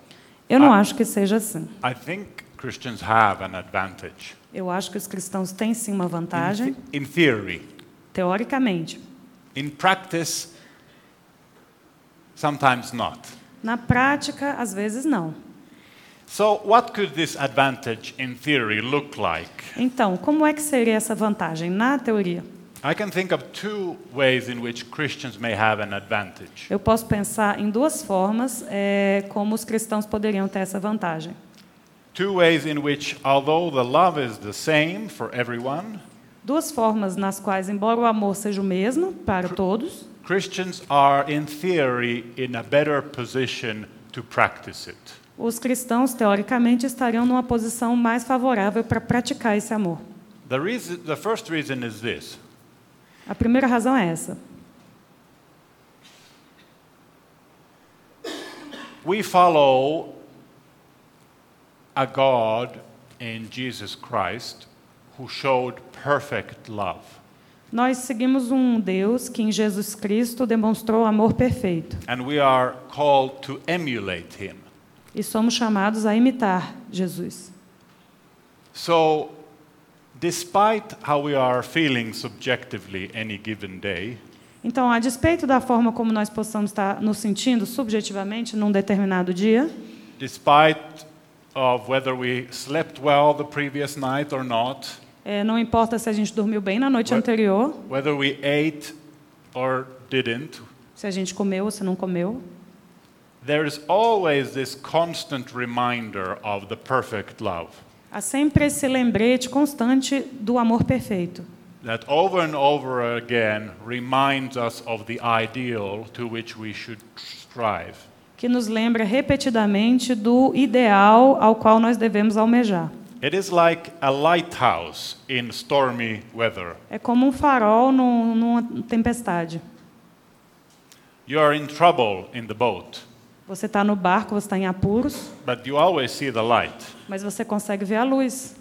D: Eu não
C: Ah.
D: acho que seja assim.
C: I think Christians have an advantage.
D: Eu acho que os cristãos têm sim uma
C: In,
D: vantagem,
C: th- in theory.
D: teoricamente.
C: In practice, sometimes not.
D: Na prática, às vezes não.
C: So, what could this advantage in theory look like?
D: Então, como é que seria essa vantagem na teoria?
C: I can think of two ways in which Christians may have an advantage.
D: Eu posso pensar em duas formas é, como os cristãos poderiam ter essa vantagem.
C: Two ways in which, although the love is the same for everyone,
D: Duas formas nas quais, embora o amor seja o mesmo para todos,
C: Christians are, in theory, in a better position to practice it.
D: os cristãos, teoricamente, estariam numa posição mais favorável para praticar esse amor.
C: The, reason, the first reason is this
D: A primeira razão é essa.
C: we follow a God in Jesus Christ who showed perfect love.
D: Nós seguimos um Deus que em Jesus Cristo demonstrou o amor perfeito
C: And we are called to emulate him.
D: e somos chamados a imitar Jesus.
C: So, despite how we are feeling subjectively any given day,
D: Então, a despeito da forma como nós possamos estar nos sentindo subjetivamente num determinado dia,
C: despite of whether we slept well the previous night or not,
D: eh, não importa se a gente dormiu bem na noite
C: Ué.
D: anterior,
C: whether we ate or didn't,
D: se a gente comeu ou se não comeu,
C: there is always this constant reminder of the perfect love
D: há sempre esse lembrete constante do amor perfeito,
C: that over and over again reminds us of the ideal to which we should strive.
D: que nos lembra repetidamente do ideal ao qual nós devemos almejar.
C: It is like a lighthouse in stormy weather.
D: É como um farol num- numa tempestade.
C: You are in trouble in the boat,
D: Você está no barco, você está em apuros,
C: but you always see the light.
D: mas você consegue ver a luz.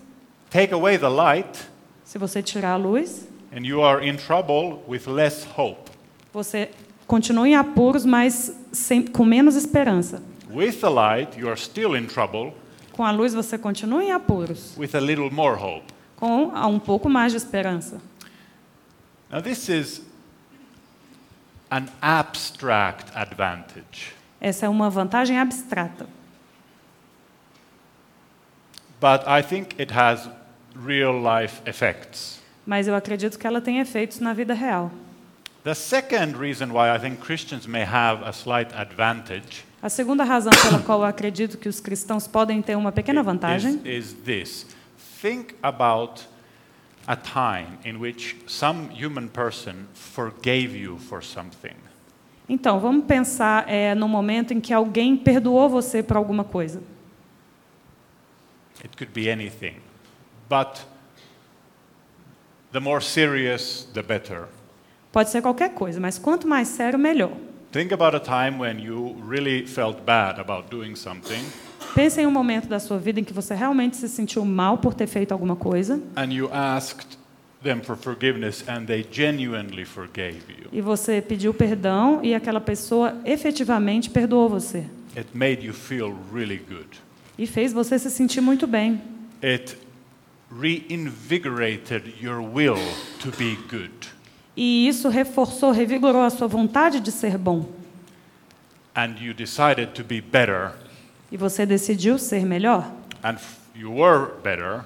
C: Take away the light,
D: Se você tirar a luz,
C: and you are in trouble with less hope.
D: você continua em apuros, mas sem, com menos esperança.
C: With the light, you are still in trouble
D: Com a luz, você continua em apuros,
C: with a little more hope.
D: com a um pouco mais de esperança.
C: Now, this is an abstract advantage,
D: Essa é uma vantagem abstrata,
C: but I think it has real life effects.
D: mas eu acredito que ela tem efeitos na vida real.
C: The second reason why I think Christians may have a slight advantage
D: A segunda razão pela qual eu acredito que os cristãos podem ter uma
C: É,
D: pequena vantagem
C: Is, is this. Think about a time in which some human person forgave you for something.
D: Então, vamos pensar é, no momento em que alguém perdoou você por alguma coisa.
C: It could be anything. But the more serious, the better.
D: Pode ser qualquer coisa, mas quanto mais sério, melhor.
C: Think about a time when you really felt bad about doing something
D: Pense em um momento da sua vida em que você realmente se sentiu mal por ter feito alguma coisa
C: and you asked them for forgiveness and they genuinely forgave you.
D: e você pediu perdão e aquela pessoa efetivamente perdoou você
C: It made you feel really good.
D: e fez você se sentir muito bem.
C: It reinvigorated your will to be good.
D: E isso reforçou, revigorou a sua vontade de ser bom
C: And you decided to be better,
D: e você decidiu ser melhor
C: and f- you were better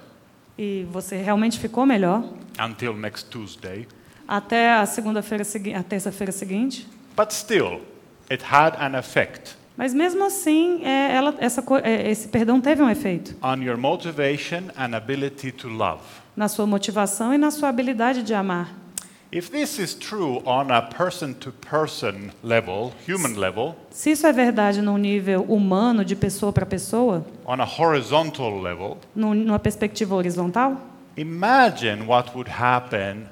D: e você realmente ficou melhor
C: until next Tuesday.
D: até a segunda-feira segui- a terça-feira seguinte.
C: But still, it had an effect
D: Mas mesmo assim, é, ela, essa, co- é, esse perdão teve um efeito
C: on your motivation and ability to love.
D: na sua motivação e na sua habilidade de amar.
C: If this is true on a person to person level, human level,
D: Se isso é verdade num nível humano, de pessoa para pessoa,
C: on a horizontal level,
D: num- numa perspectiva horizontal,
C: imagine what would happen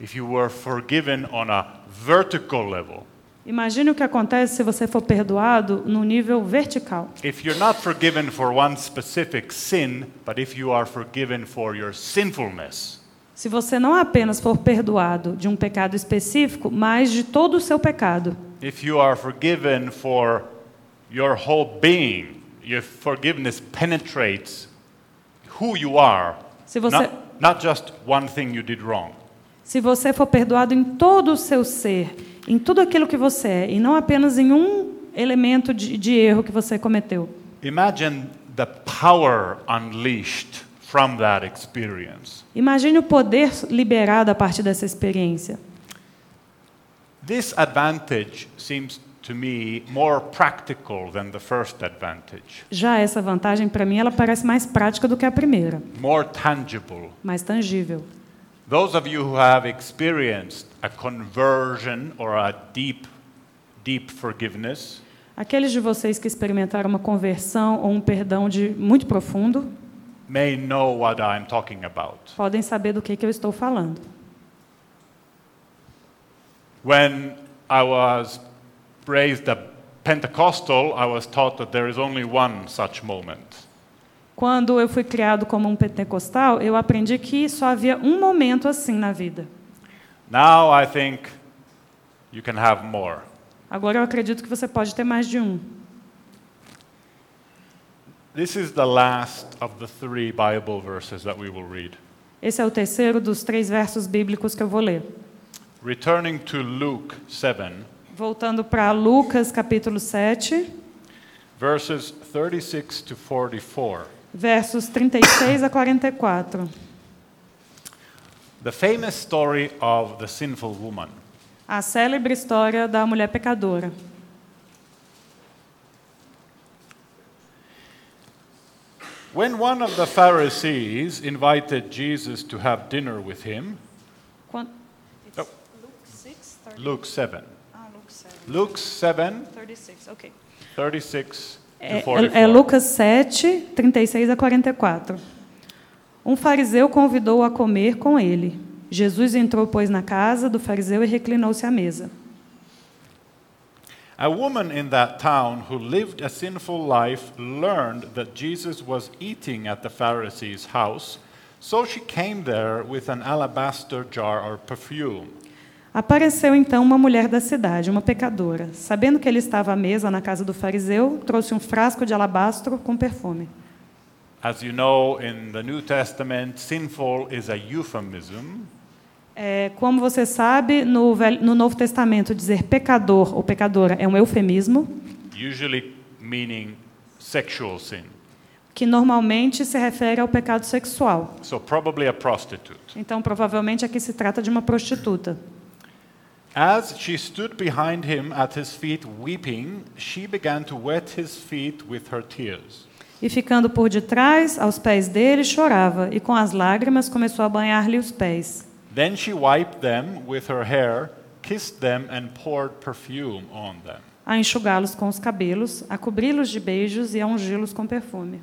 C: if you were forgiven on a vertical level.
D: imagine o que acontece se você for perdoado num nível vertical.
C: If you're not forgiven for one specific sin, but if you are forgiven for your sinfulness,
D: Se você não apenas for perdoado de um pecado específico, mas de todo o seu pecado.
C: if you are forgiven for your whole being, your forgiveness penetrates who you are,
D: Se você,
C: not, not just one thing you did wrong.
D: se você for perdoado em todo o seu ser, em tudo aquilo que você é, e não apenas em um elemento de, de erro que você cometeu.
C: Imagine the power unleashed from that experience.
D: Imagine o poder liberado a partir dessa experiência.
C: This advantage seems to me more practical than the first advantage,
D: Já essa vantagem, para mim, ela parece mais prática do que a primeira,
C: more tangible.
D: mais tangível.
C: Those of you who have experienced a conversion or a deep, deep forgiveness,
D: Aqueles de vocês que experimentaram uma conversão ou um perdão de muito profundo
C: may know what I'm talking about.
D: podem saber do que, que eu estou falando.
C: When I was raised a Pentecostal, I was taught that there is only one such moment.
D: Quando eu fui criado como um pentecostal, eu aprendi que só havia um momento assim na vida.
C: Now I think you can have more.
D: Agora eu acredito que você pode ter mais de um.
C: This is the last of the three Bible verses that we will read.
D: Esse é o terceiro dos três versos bíblicos que eu vou ler.
C: Returning to Luke 7,
D: Voltando para Lucas capítulo 7,
C: verses 36 to 44.
D: versos 36 a 44.
C: The famous story of the sinful woman.
D: A célebre história da mulher pecadora.
C: When one of the Pharisees invited Jesus to have dinner with him,
D: Quan-
C: Luke 7.
D: ah,
C: Luke 7, 36
D: É,
C: to 44.
D: é Lucas 7, 36 a 44. Um fariseu convidou-o a comer com ele. Jesus entrou, pois, na casa do fariseu e reclinou-se à mesa.
C: A woman in that town who lived a sinful life learned that Jesus was eating at the Pharisee's house, so she came there with an alabaster jar of perfume.
D: Apareceu então uma mulher da cidade, uma pecadora. Sabendo que ele estava à mesa na casa do fariseu, trouxe um frasco de alabastro com perfume.
C: As you know, in the New Testament, sinful is a euphemism
D: É, como você sabe, no, Velho- no Novo Testamento, dizer pecador ou pecadora é um eufemismo
C: usually meaning sexual sin.
D: que normalmente se refere ao pecado sexual.
C: So, probably a prostitute.
D: Então, provavelmente aqui se trata de uma prostituta.
C: As she stood behind him at his feet weeping, she began to wet his feet with her tears.
D: E ficando por detrás, aos pés dele, chorava, e com as lágrimas começou a banhar-lhe os pés.
C: Then she wiped them with her hair, kissed them, and poured perfume on them.
D: a enxugá-los com os cabelos, a cobri-los de beijos e a ungí-los com perfume.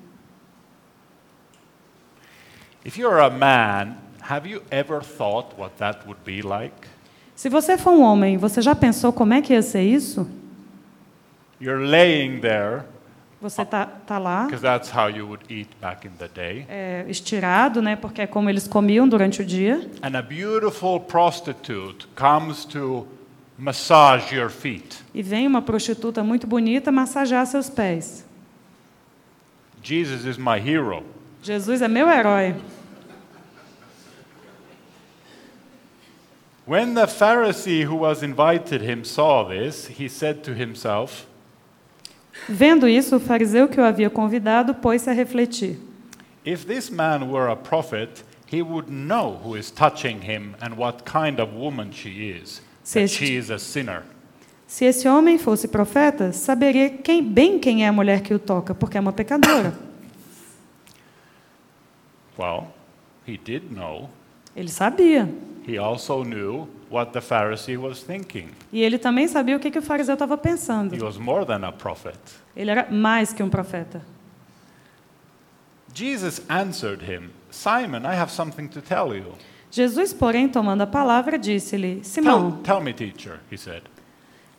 C: If you're a man, have you ever thought what that would be like?
D: Se você for um homem, você já pensou como é que ia ser isso?
C: You're laying there,
D: Você tá, tá lá,
C: because that's how you would eat back in the day,
D: é, estirado, né? Porque é como eles comiam durante o dia.
C: and a beautiful prostitute comes to massage your feet.
D: E vem uma prostituta muito bonita massagear seus pés.
C: Jesus is my hero.
D: Jesus é meu herói.
C: When the Pharisee who was invited him saw this, he said to himself,
D: Vendo isso, o fariseu que o havia convidado pôs-se a refletir.
C: If this man were a prophet, he would know who is touching him and what kind of woman she is, that
D: Says-
C: she is a sinner.
D: Se esse homem fosse profeta, saberia quem- bem quem é a mulher que o toca, porque é uma pecadora.
C: Well, he did know.
D: Ele sabia.
C: He also knew what the Pharisee was thinking.
D: E ele também sabia o que, que o fariseu estava pensando.
C: He was more than a prophet.
D: Ele era mais que um profeta.
C: Jesus answered him, Simon, I have something to tell you.
D: Jesus, porém, tomando a palavra, disse-lhe:
C: Tell,
D: Simão,
C: tell me, teacher, he said.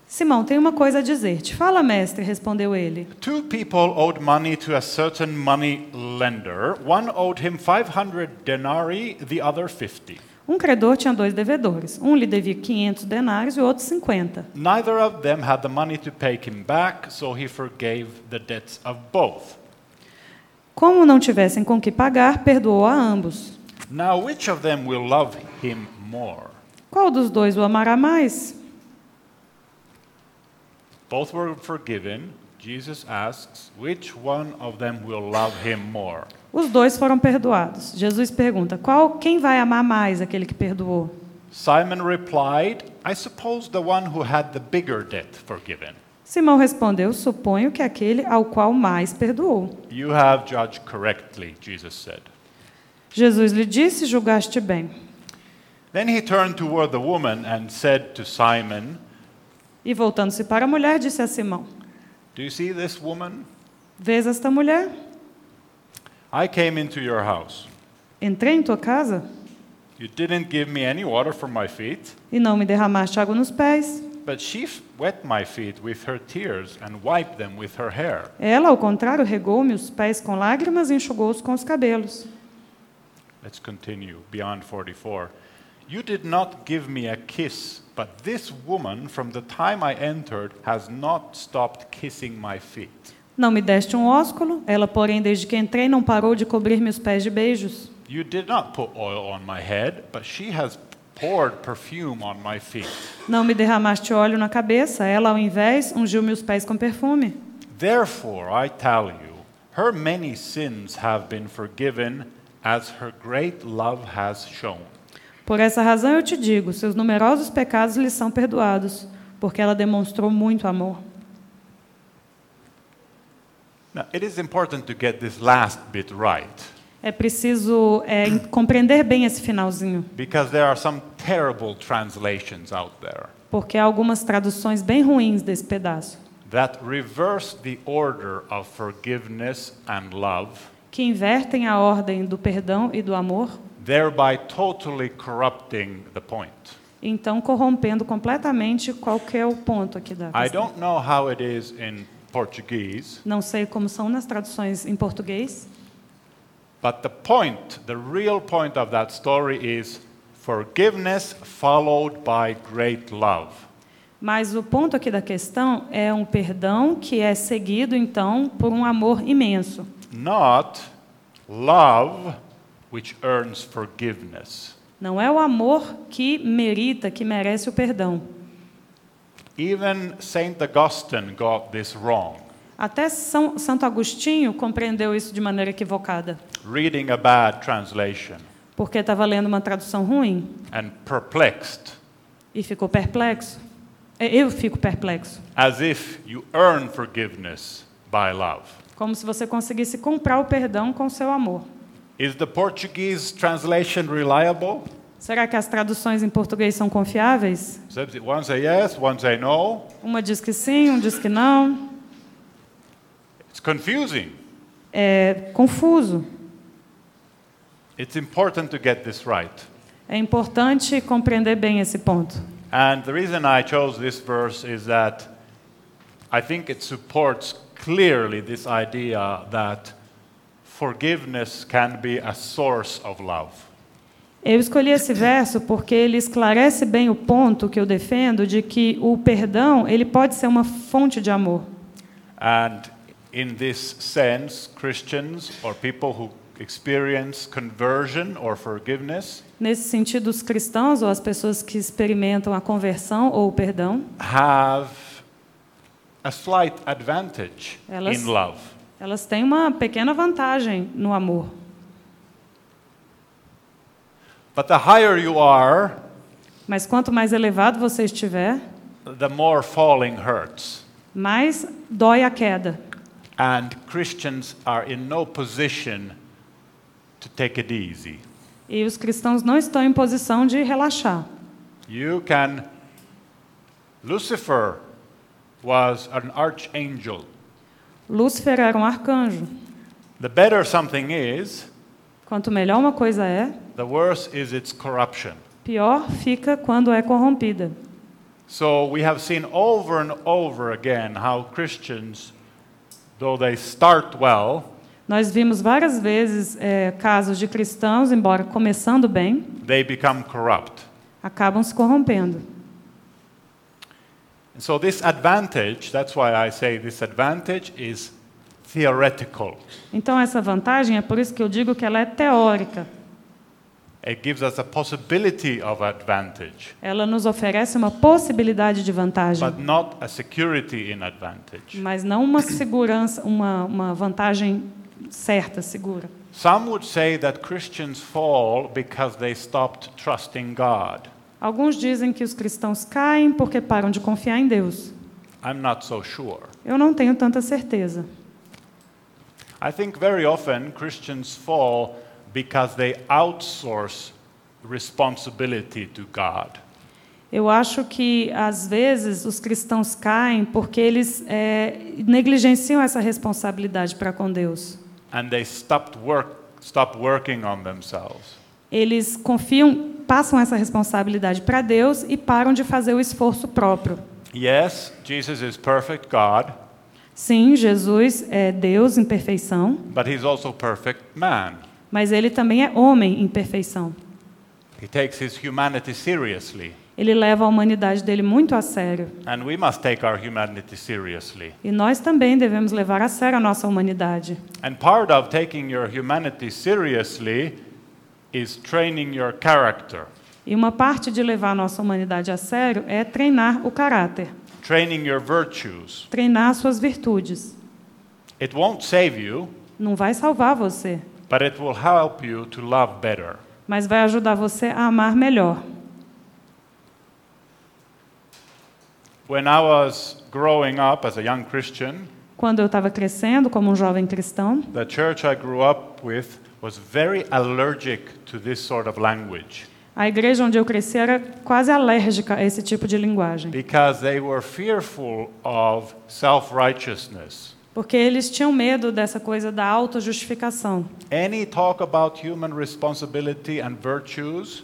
D: Simão, tem uma coisa a dizer-te. Fala, mestre, respondeu ele.
C: Two people owed money to a certain money lender. One owed him 500 denarii, the other 50.
D: Um credor tinha dois devedores. Um lhe devia 500 denários e o outro 50.
C: Neither of them had the money to pay him back, so he forgave the debts of both.
D: Como não tivessem com que pagar, perdoou a ambos.
C: Now, which of them will love him more?
D: Qual dos dois o amará mais?
C: Both were forgiven. Jesus asks, which one of them will love him more?
D: Os dois foram perdoados. Jesus pergunta: Qual quem vai amar mais aquele que perdoou?
C: Simon replied, I suppose the one who had the bigger debt forgiven.
D: Simão respondeu: Suponho que aquele ao qual mais perdoou.
C: You have judged correctly, Jesus said.
D: Jesus lhe disse: Julgaste bem.
C: Then he turned toward the woman and said to Simon,
D: E voltando-se para a mulher, disse a Simão:
C: Do you see this woman?
D: Vês esta mulher?
C: I came into your house.
D: Entrei em tua casa
C: You didn't give me any water for my feet,
D: e não me derramaste água nos pés.
C: but she f- wet my feet with her tears and wiped them with her hair.
D: Ela, ao contrário, regou-me os pés com lágrimas e enxugou-os com os cabelos.
C: Let's continue beyond 44. You did not give me a kiss, but this woman, from the time I entered, has not stopped kissing my feet.
D: Não me deste um ósculo, ela, porém, desde que entrei, não parou de cobrir-me os pés de beijos.
C: You did not put oil on my head, but she has poured perfume on my feet.
D: Não me derramaste óleo na cabeça, ela, ao invés, ungiu-me os pés com perfume.
C: Therefore, I tell you, her many sins have been forgiven, as her great love has shown.
D: Por essa razão eu te digo: seus numerosos pecados lhe são perdoados, porque ela demonstrou muito amor.
C: Now, it is important to get this last bit right
D: É preciso é, em- compreender bem esse finalzinho,
C: because there are some terrible translations out there
D: porque há algumas traduções bem ruins desse pedaço,
C: that reverse the order of forgiveness and love,
D: que invertem a ordem do perdão e do amor,
C: thereby totally corrupting the point.
D: então corrompendo completamente qualquer ponto aqui da
C: I
D: questão.
C: don't know how it is in Portuguese,
D: Não sei como são nas traduções em português,
C: but the point, the real point of that story is forgiveness followed by great love.
D: mas o ponto aqui da questão é um perdão que é seguido então por um amor imenso,
C: Not love which earns forgiveness.
D: Não é o amor que merita, que merece o perdão.
C: Even Saint Augustine got this wrong.
D: Até São, Santo Agostinho compreendeu isso de maneira equivocada,
C: reading a bad translation
D: porque estava lendo uma tradução ruim
C: and perplexed,
D: e ficou perplexo. É, Eu fico perplexo.
C: as if you earn forgiveness by love.
D: Como se você conseguisse comprar o perdão com seu amor.
C: Is the Portuguese translation reliable?
D: Será que as traduções em português são confiáveis?
C: So One say yes, one say no.
D: Uma diz que sim, um diz que não.
C: It's confusing.
D: É confuso.
C: It's important to get this right.
D: É importante compreender bem esse ponto.
C: And the reason I chose this verse is that I think it supports clearly this idea that forgiveness can be a source of love.
D: Eu escolhi esse verso porque ele esclarece bem o ponto que eu defendo de que o perdão ele pode ser uma fonte de amor.
C: And in this sense, Christians or people who experience conversion or forgiveness
D: Nesse sentido, os cristãos ou as pessoas que experimentam a conversão ou o perdão,
C: have a slight advantage
D: Elas-
C: in love.
D: elas têm uma pequena vantagem no amor.
C: But the higher you are,
D: Mas quanto mais elevado você estiver,
C: the more falling hurts.
D: mais dói a queda.
C: And Christians are in no position to take it easy.
D: E os cristãos não estão em posição de relaxar.
C: You can. Lucifer was an archangel.
D: Lúcifer era um arcanjo.
C: The better something is,
D: Quanto melhor uma coisa é,
C: the worse is its corruption.
D: pior fica quando é corrompida.
C: So we have seen over and over again how Christians, though they start well,
D: Nós vimos várias vezes eh, casos de cristãos, embora começando bem,
C: they become corrupt.
D: acabam se corrompendo.
C: And so this advantage, that's why I say this advantage is theoretical.
D: Então, essa vantagem é por isso que eu digo que ela é teórica.
C: It gives us a possibility of advantage,
D: Ela nos oferece uma possibilidade de vantagem,
C: but not a security in advantage.
D: mas não uma segurança, uma, uma vantagem certa, segura.
C: Some would say that Christians fall because they stopped trusting God.
D: Alguns dizem que os cristãos caem porque param de confiar em Deus.
C: I'm not so sure.
D: Eu não tenho tanta certeza.
C: I think very often Christians fall because they outsource responsibility to God.
D: Eu acho que, às vezes, os cristãos caem porque eles eh, negligenciam essa responsabilidade para com Deus.
C: And they stopped work, stop working on themselves.
D: Eles confiam, passam essa responsabilidade para Deus e param de fazer o esforço próprio.
C: Yes, Jesus is perfect God,
D: Sim, Jesus é Deus em perfeição,
C: but he's also perfect man.
D: mas ele também é homem em perfeição.
C: He takes his humanity seriously,
D: Ele leva a humanidade dele muito a sério.
C: and we must take our humanity seriously.
D: E nós também devemos levar a sério a nossa humanidade.
C: And part of taking your humanity seriously is training your character,
D: E uma parte de levar a nossa humanidade a sério é treinar o caráter.
C: training your virtues.
D: treinar suas virtudes.
C: It won't save you,
D: Não vai salvar você,
C: but it will help you to love better.
D: mas vai ajudar você a amar melhor.
C: When I was growing up as a young Christian,
D: Quando eu estava crescendo como um jovem cristão,
C: the church I grew up with was very allergic to this sort of language
D: a igreja onde eu cresci era quase alérgica a esse tipo de linguagem,
C: because they were fearful of self righteousness.
D: porque eles tinham medo dessa coisa da autojustificação.
C: Any talk about human responsibility and virtues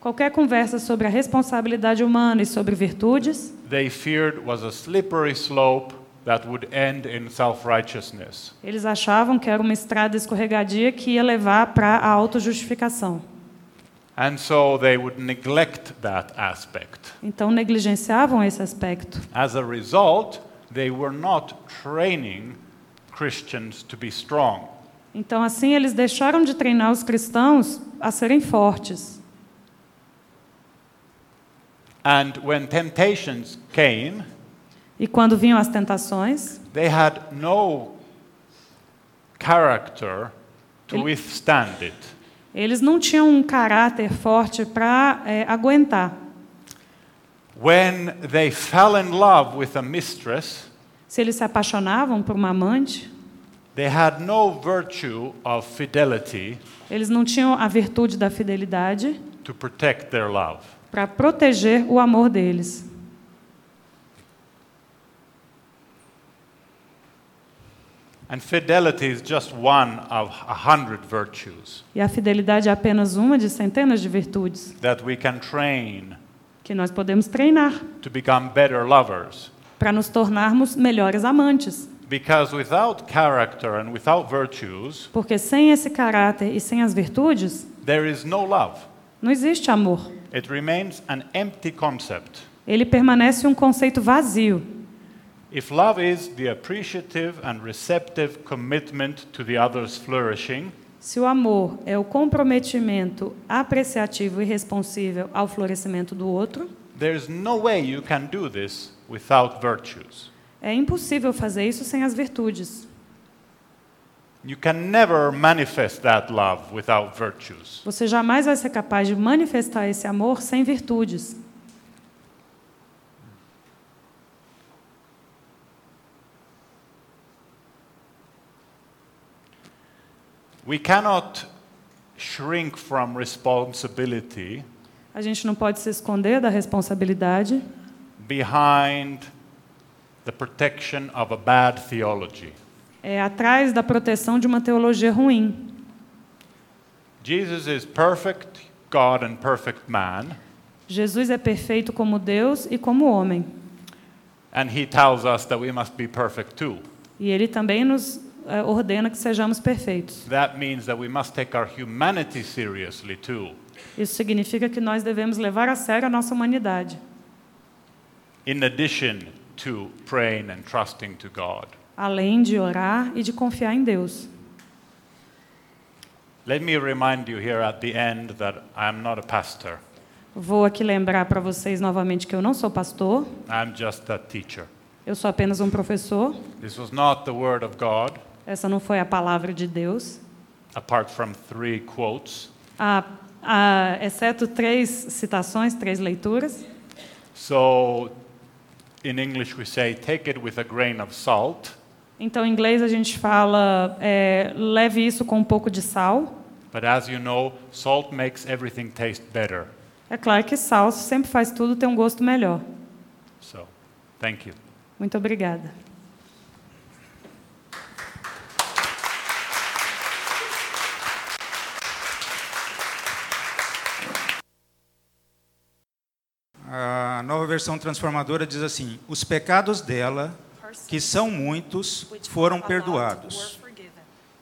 D: Qualquer conversa sobre a responsabilidade humana e sobre virtudes,
C: they feared was a slippery slope that would end in self righteousness.
D: eles achavam que era uma estrada escorregadia que ia levar para a autojustificação.
C: And so they would neglect that aspect.
D: Então negligenciavam esse aspecto.
C: As a result, they were not training Christians to be strong.
D: Então assim eles deixaram de treinar os cristãos a serem fortes.
C: And when temptations came,
D: E quando vinham as tentações,
C: they had no character to withstand it.
D: eles não tinham um caráter forte para aguentar.
C: When they fell in love with a mistress,
D: Se eles se apaixonavam por uma amante,
C: they had no virtue of fidelity
D: eles não tinham a virtude da fidelidade
C: to protect their love.
D: para proteger o amor deles.
C: And fidelity is just one of a hundred virtues
D: E a fidelidade é apenas uma de centenas de virtudes
C: that we can train
D: que nós podemos treinar
C: to become better lovers.
D: para nos tornarmos melhores amantes.
C: Because without character and without virtues,
D: Porque sem esse caráter e sem as virtudes,
C: there is no love.
D: não existe amor.
C: It remains an empty concept.
D: Ele permanece um conceito vazio.
C: If love is the appreciative and receptive commitment to the other's flourishing,
D: Se o amor é o comprometimento apreciativo e responsível ao florescimento do outro,
C: there is no way you can do this without virtues.
D: é impossível fazer isso sem as virtudes.
C: You can never manifest that love without virtues.
D: Você jamais vai ser capaz de manifestar esse amor sem virtudes.
C: We cannot shrink from responsibility
D: A gente não pode se esconder da responsabilidade
C: behind the protection of a bad theology.
D: é, atrás da proteção de uma teologia ruim.
C: Jesus is perfect God and perfect man,
D: Jesus é perfeito como Deus e como homem.
C: and he tells us that we must be perfect too.
D: E ele também nos é, ordena que sejamos perfeitos.
C: That means that we must take our humanity seriously too.
D: Isso significa que nós devemos levar a sério a nossa humanidade,
C: in addition to praying and trusting to God.
D: além de orar e de confiar em Deus.
C: Let me remind you here at the end that I am not a pastor,
D: Vou aqui lembrar para vocês novamente que eu não sou pastor,
C: I'm just a teacher.
D: eu sou apenas um professor.
C: This was not the word of God,
D: Essa não foi a palavra de Deus,
C: apart from three quotes.
D: a, a, ah, exceto três citações, três leituras.
C: So in English we say, take it with a grain of salt,
D: Então, em inglês, a gente fala é, leve isso com um pouco de sal.
C: but as you know, salt makes everything taste better.
D: É claro que sal sempre faz tudo ter um gosto melhor.
C: So thank you.
D: Muito obrigada.
F: A nova versão transformadora diz assim: Os pecados dela, que são muitos, foram perdoados.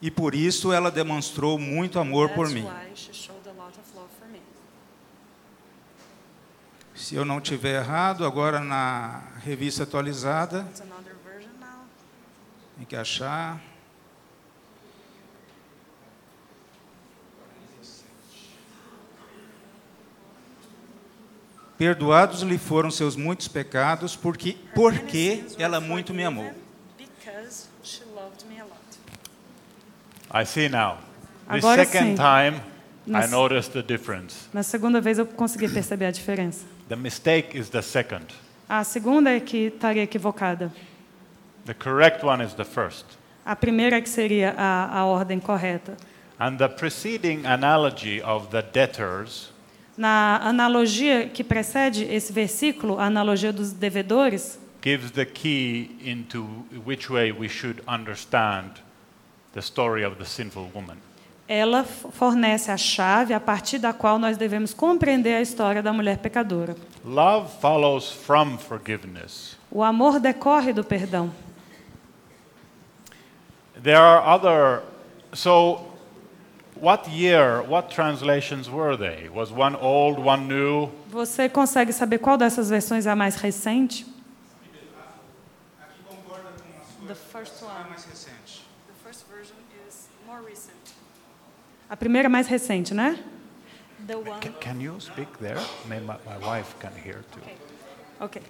F: E por isso ela demonstrou muito amor por mim. Se eu não tiver errado, agora na revista atualizada, tem que achar. Perdoados lhe foram seus muitos pecados, porque, porque ela muito me amou.
C: I see now. The
D: Agora
C: second
D: sim.
C: time I
D: Nas-
C: noticed the difference.
D: Na segunda vez, eu consegui perceber a diferença.
C: The mistake is the second.
D: A segunda é que estaria equivocada.
C: The correct one is the first.
D: A primeira é que seria a, a ordem correta.
C: And the preceding analogy of the debtors
D: Na analogia que precede esse versículo, a analogia dos devedores,
C: gives the key into which way we should understand the story of the sinful woman.
D: ela f- fornece a chave a partir da qual nós devemos compreender a história da mulher pecadora.
C: Love follows from forgiveness.
D: O amor decorre do perdão.
C: There are other. So, what year, what translations were they? Was one old, one new?
D: Você consegue saber qual dessas versões é a mais recente?
F: Aqui concorda com a sua.
G: The first
F: Ah,
G: one,
F: mais recente.
G: the first version is more recent.
D: A primeira é mais recente, né?
G: The one,
C: Can, can you speak there? May my, my wife can hear too.
G: okay.
D: Ok.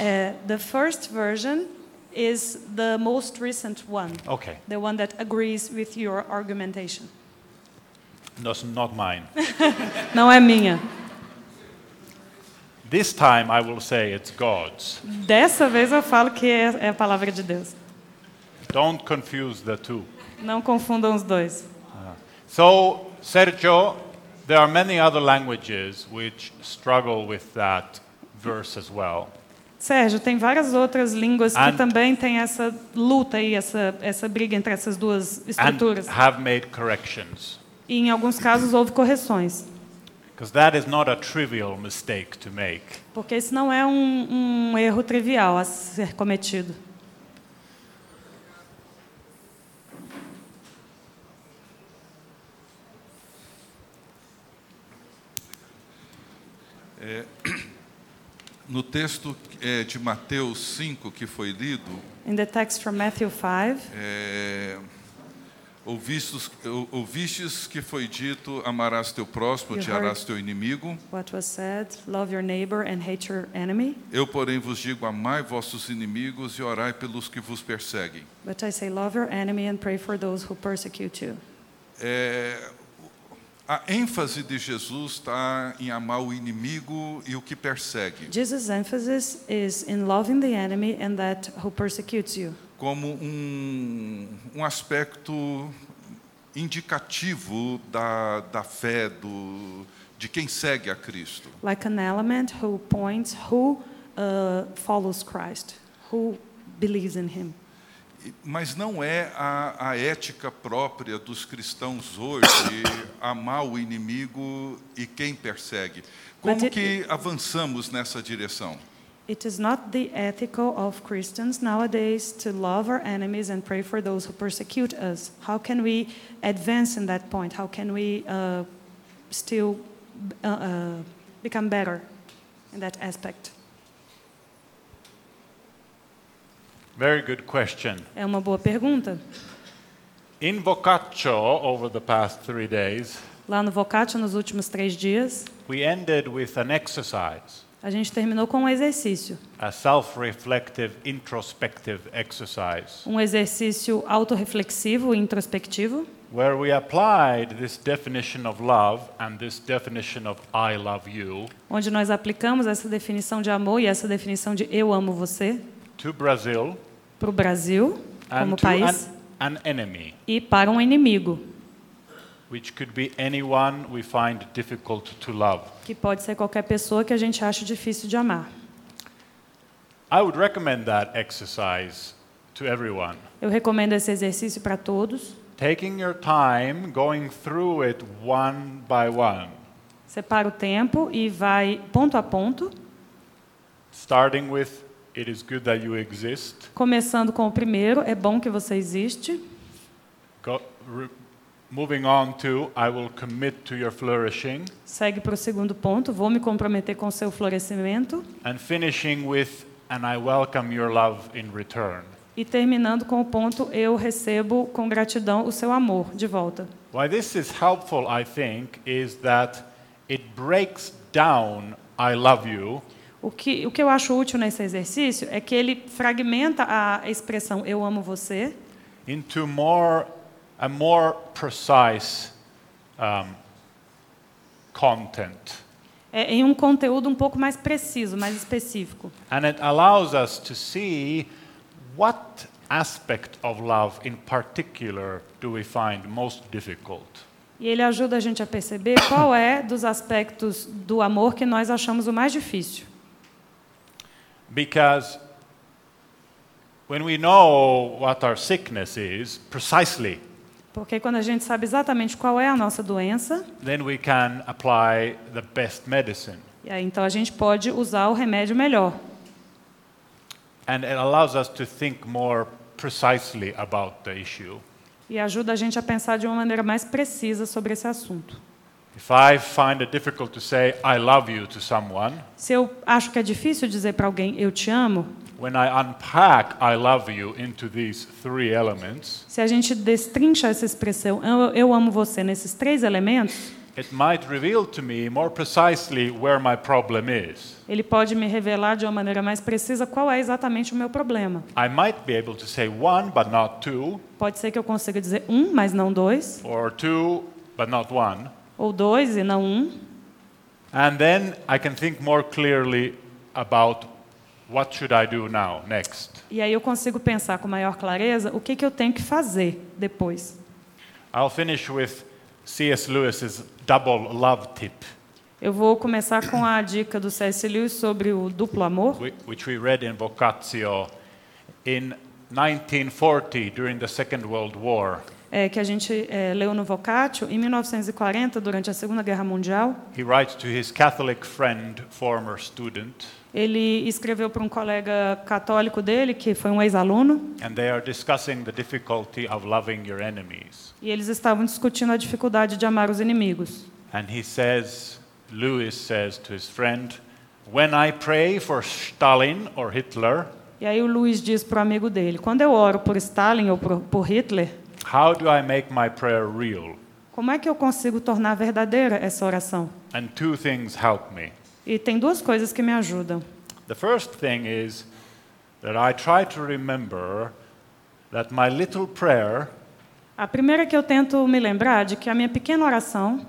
D: Eh, the first version is the most recent one,
C: Okay,
D: the one that agrees with your argumentation.
C: that's not mine.
D: Não é minha.
C: this time I will say it's God's.
D: Dessa vez eu falo que é, é a palavra de Deus.
C: Don't confuse the two.
D: Não confundam os dois.
C: So, Sergio, there are many other languages which struggle with that verse as well.
D: Sérgio, tem várias outras línguas que
C: And-
D: também tem essa luta aí, essa, essa briga entre essas duas
C: and
D: estruturas.
C: have made corrections.
D: E em alguns casos houve correções,
C: Because that is not a trivial mistake to make.
D: porque isso não é um, um erro trivial a ser cometido.
B: No texto eh, de Mateus 5 que foi lido,
D: In the text from Matthew 5,
B: É, ouvistes, ou- ouvistes que foi dito: amarás teu próximo,
D: You
B: odiarás
D: heard.
B: teu inimigo.
D: what was said, love your neighbor and hate your enemy,
B: Eu, porém, vos digo: amai vossos inimigos e orai pelos que vos perseguem.
D: but I say love your enemy and pray for those who persecute you.
B: É, a ênfase de Jesus está em amar o inimigo e o que persegue,
D: Jesus' emphasis is in loving the enemy and that who persecutes you.
B: como um, um aspecto indicativo da, da fé do, de quem segue a Cristo.
D: like an element who points who uh, follows Christ, who believes in him.
B: Mas não é a, a ética própria dos cristãos hoje amar o inimigo e quem persegue. Como
D: Mas e-
B: que avançamos nessa direção?
D: It is not the ethical of Christians nowadays to love our enemies and pray for those who persecute us. How can we advance in that point? How can we uh, still uh, uh, become better in that aspect?
C: Very good question.
D: É uma boa pergunta.
C: In Boccaccio, over the past three days,
D: Lá no Vocatio, nos últimos três dias,
C: we ended with an exercise,
D: a gente terminou com um exercício.
C: a self reflective, introspective exercise,
D: Um exercício autorreflexivo e introspectivo,
C: where we applied this definition of love and this definition of I love you
D: onde nós aplicamos essa definição de amor e essa definição de eu amo você
C: to Brazil
D: para o Brasil, como
C: and to an,
D: país,
C: an enemy.
D: e para um inimigo,
C: which could be anyone we find difficult to love.
D: que pode ser qualquer pessoa que a gente acha difícil de amar.
C: I would recommend that exercise to everyone.
D: Eu recomendo esse exercício para todos,
C: Taking your time, going through it one by one,
D: separa o tempo e vai ponto a ponto,
C: starting with it is good that you exist,
D: começando com o primeiro, é bom que você existe,
C: go, re, moving on to I will commit to your flourishing,
D: segue para o segundo ponto, vou me comprometer com o seu florescimento,
C: and finishing with and I welcome your love in return.
D: e terminando com o ponto, eu recebo com gratidão o seu amor de volta.
C: Why this is helpful, I think, is that it breaks down I love you
D: O que, o que eu acho útil nesse exercício é que ele fragmenta a expressão eu amo você
C: into more a more precise um, content
D: é, em um conteúdo um pouco mais preciso, mais específico.
C: and it allows us to see what aspect of love in particular do we find most difficult
D: E ele ajuda a gente a perceber qual é dos aspectos do amor que nós achamos o mais difícil.
C: because when we know what our sickness is precisely
D: Porque quando a gente sabe exatamente qual é a nossa doença,
C: then we can apply the best medicine.
D: e aí, então a gente pode usar o remédio melhor.
C: And it allows us to think more precisely about the issue.
D: E ajuda a gente a pensar de uma maneira mais precisa sobre esse assunto.
C: If I find it difficult to say, I love you to someone,
D: Se eu acho que é difícil dizer para alguém eu te amo,
C: when I unpack I love you into these three elements,
D: se a gente destrincha essa expressão eu, eu amo você nesses três elementos,
C: it might reveal to me more precisely where my problem is.
D: ele pode me revelar de uma maneira mais precisa qual é exatamente o meu problema.
C: I might be able to say one but not two,
D: Pode ser que eu consiga dizer um, mas não dois,
C: or two but not one.
D: ou dois e não um.
C: And then I can think more clearly about what should I do now, next.
D: E aí eu consigo pensar com maior clareza o que, que eu tenho que fazer depois.
C: I'll finish with C.S. Lewis's double love tip,
D: Eu vou começar com a dica do C.S. Lewis sobre o duplo amor,
C: whi- which we read in Vocatio in 1940 during the Second World War.
D: eh, que a gente eh, leu no Vocatio em 1940, durante a Segunda Guerra Mundial.
C: He writes to his Catholic friend, former student,
D: Ele escreveu para um colega católico dele, que foi um ex-aluno,
C: and they are discussing the difficulty of loving your enemies.
D: e eles estavam discutindo a dificuldade de amar os inimigos.
C: And he says, Lewis says to his friend, When I pray for Stalin or Hitler,
D: E aí o Luiz diz para o amigo dele: Quando eu oro por Stalin ou por, por Hitler,
C: How do I make my prayer real?
D: como é que eu consigo tornar verdadeira essa oração?
C: And two things help me.
D: E tem duas coisas que me ajudam.
C: The first thing is that I try to remember that my little prayer
D: A primeira é que eu tento me lembrar de que a minha pequena oração,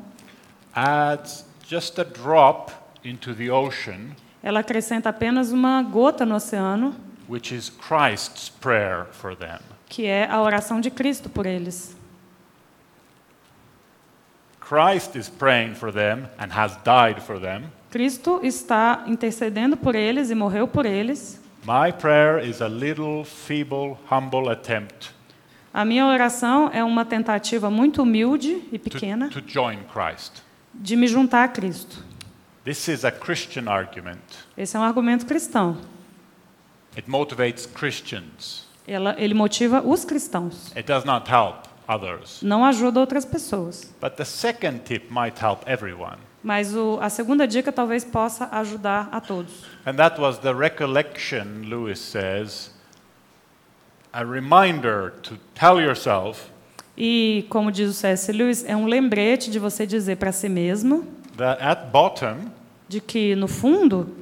C: adds just a drop into the ocean,
D: ela acrescenta apenas uma gota no oceano,
C: which is Christ's prayer for them.
D: que é a oração de Cristo por eles.
C: Christ is praying for them and has died for them.
D: Cristo está intercedendo por eles e morreu por eles.
C: My prayer is a little, feeble, humble attempt
D: A minha oração é uma tentativa muito humilde e
C: to,
D: pequena
C: to join Christ.
D: de me juntar a Cristo.
C: This is a Christian argument.
D: Esse é um argumento cristão.
C: It motivates Christians.
D: Ela, ele motiva os cristãos,
C: It does not help others.
D: não ajuda outras pessoas.
C: But the second tip might help everyone.
D: Mas o, a segunda dica talvez possa ajudar a todos.
C: And that was the recollection, Lewis says, a reminder to tell yourself
D: E, como diz o C.S. Lewis, é um lembrete de você dizer para si mesmo
C: that at bottom,
D: de que, no fundo,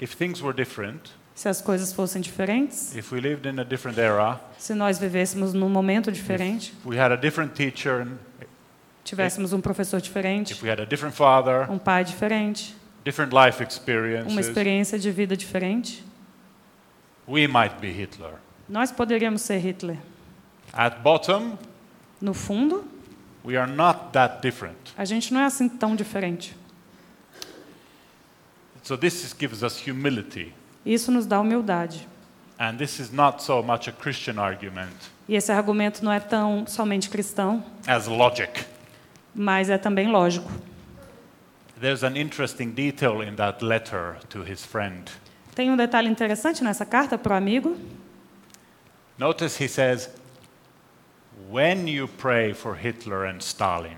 C: if things were different,
D: se as coisas fossem diferentes,
C: if we lived in a different era,
D: se nós vivêssemos num momento diferente,
C: if we had a different teacher, and
D: tivéssemos um professor diferente,
C: if we had a different father,
D: um pai diferente,
C: different life
D: uma
C: experiences,
D: experiência de vida diferente,
C: we might be Hitler.
D: Nós poderíamos ser Hitler.
C: At bottom,
D: No fundo,
C: we are not that different.
D: a gente não é assim tão diferente.
C: So this is, gives us humility.
D: Isso nos dá humildade.
C: And this is not so much a Christian argument
D: E esse argumento não é tão somente cristão,
C: as logic.
D: mas é também lógico.
C: There's an interesting detail in that letter to his friend.
D: Tem um detalhe interessante nessa carta para o amigo.
C: Notice he says, when you pray for Hitler and Stalin.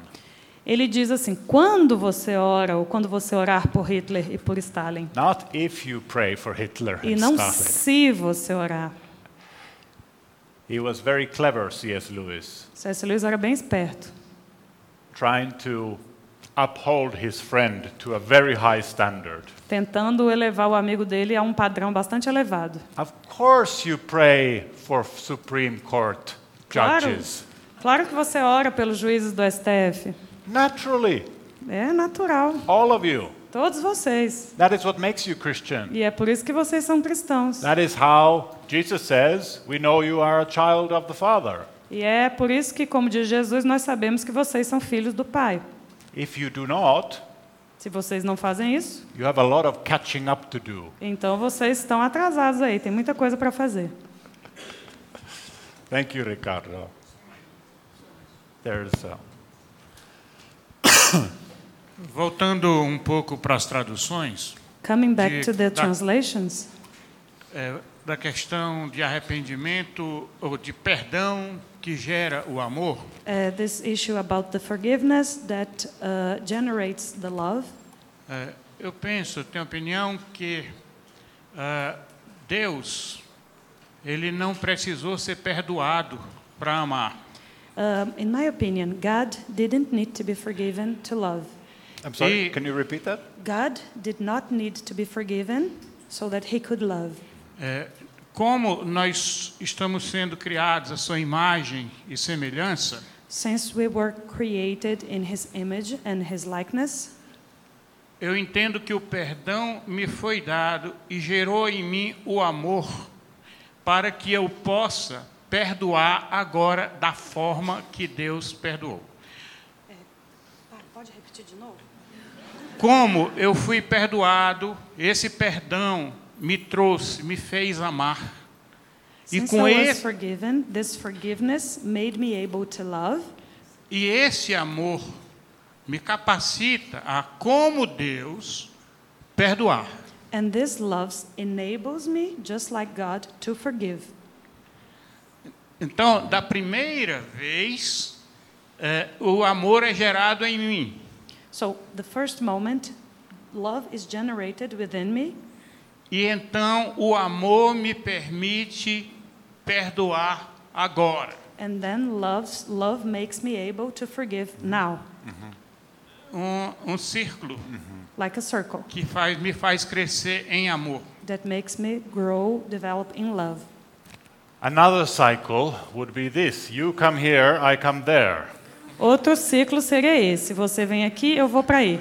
D: Ele diz assim: quando você ora ou quando você orar por Hitler e por Stalin.
C: Not if you pray for Hitler
D: E
C: and
D: não
C: Stalin.
D: se você orar.
C: He was very clever, C.S. Lewis,
D: C.S. Lewis era bem esperto.
C: trying to uphold his friend to a very high standard.
D: Tentando elevar o amigo dele a um padrão bastante elevado.
C: Of course, you pray for Supreme Court
D: Claro,
C: judges.
D: claro que você ora pelos juízes do STF.
C: Naturally,
D: É natural.
C: all of you.
D: Todos vocês.
C: That is what makes you Christian.
D: E é por isso que vocês são cristãos.
C: That is how Jesus says, We know you are a child of the Father.
D: E é por isso que, como diz Jesus, nós sabemos que vocês são filhos do Pai.
C: If you do not,
D: Se vocês não fazem isso,
C: you have a lot of catching up to do.
D: então vocês estão atrasados aí. Tem muita coisa para fazer.
C: Thank you, Ricardo. There's uh, a,
H: Voltando um pouco para as traduções,
D: Coming back
H: De-
D: to the
H: da-
D: translations,
H: é, da questão de arrependimento ou de perdão que gera o amor,
D: uh, this issue about the forgiveness that uh, generates the love,
H: é, eu penso, tenho a opinião que ah, Deus, ele não precisou ser perdoado para amar.
D: um, in my opinion, God didn't need to be forgiven to love.
C: I'm sorry,
H: Y-
C: can you repeat that?
D: God did not need to be forgiven so that he could love.
H: É, como nós estamos sendo criados à sua imagem e semelhança,
D: Since we were created in his image and his likeness,
H: eu entendo que o perdão me foi dado e gerou em mim o amor para que eu possa perdoar agora da forma que Deus perdoou.
G: É, Pode repetir de novo?
H: Como eu fui perdoado, esse perdão me trouxe, me fez amar. E
D: since
H: com
D: I was
H: esse-
D: forgiven, this forgiveness made me able to love.
H: E esse amor me capacita a, como Deus, perdoar.
D: And this love enables me, just like God, to forgive.
H: Então, da primeira vez, eh, o amor é gerado em mim.
D: So, the first moment, love is generated within me,
H: E então o amor me permite perdoar agora.
D: and then love's, love makes me able to forgive now,
H: Um, um círculo
D: like a circle
H: que faz, me faz crescer em amor.
D: that makes me grow, develop in love.
C: Another cycle would be this you come here, I come there.
D: Outro ciclo seria esse: você vem aqui, eu vou para aí.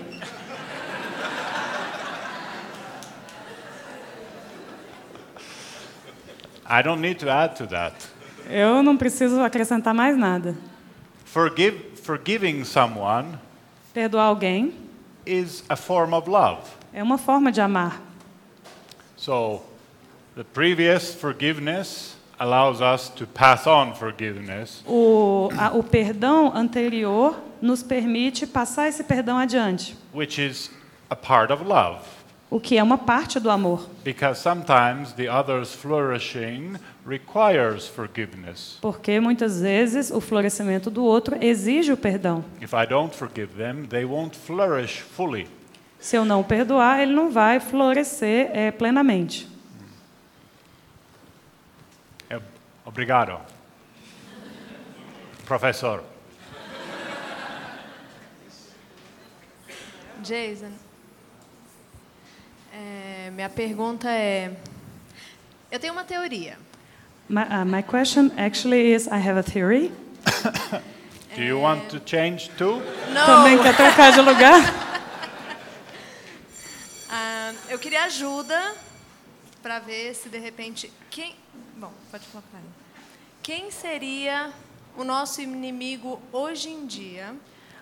C: I don't need to add to that.
D: Eu não preciso acrescentar mais nada.
C: Forgive, forgiving someone
D: Perdoar alguém
C: is a form of love.
D: é uma forma de amar.
C: So the previous forgiveness allows us to pass on forgiveness.
D: O, a- o perdão anterior nos permite passar esse perdão adiante,
C: which is a part of love
D: o que é uma parte do amor.
C: because sometimes the other's flourishing requires forgiveness.
D: Porque muitas vezes o florescimento do outro exige o perdão.
C: If I don't forgive them, they won't flourish fully.
D: Se eu não perdoar, ele não vai florescer eh, plenamente.
C: Eh, Obrigado. Professor.
I: Jason, é, minha pergunta é: eu tenho uma teoria.
D: My, uh, my question actually is, I have a theory.
C: Do you want to change too?
D: Também quer trocar de lugar?
I: Ah, eu queria ajuda para ver se de repente quem, bom, pode falar para mim. Quem seria o nosso inimigo hoje em dia?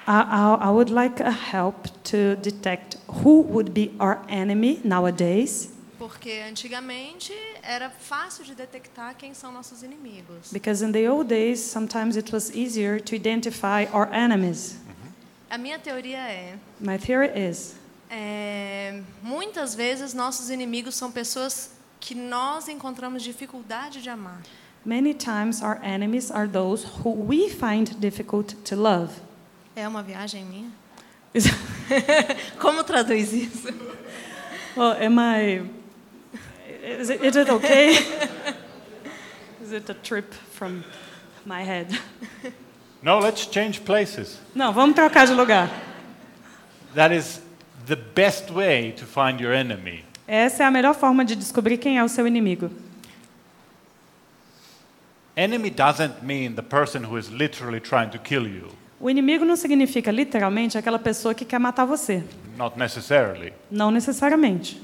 D: I, I, I would like a help to detect who would be our enemy nowadays,
I: Porque antigamente era fácil de detectar quem são nossos inimigos.
D: because in the old days, sometimes it was easier to identify our enemies.
I: A minha teoria é,
D: My theory is
I: é, muitas vezes nossos inimigos são pessoas que nós encontramos dificuldade de amar.
D: many times our enemies are those who we find difficult to love.
I: É uma viagem minha?
D: Is-
I: Como traduz isso?
D: well, am I. Is it, is it okay? is it a trip from my head?
C: No, let's change places.
D: Não, vamos trocar de lugar.
C: That is the best way to find your enemy.
D: Essa é a melhor forma de descobrir quem é o seu inimigo.
C: Enemy doesn't mean the person who is literally trying to kill you,
D: O inimigo não significa literalmente aquela pessoa que quer matar você.
C: not necessarily.
D: Não necessariamente.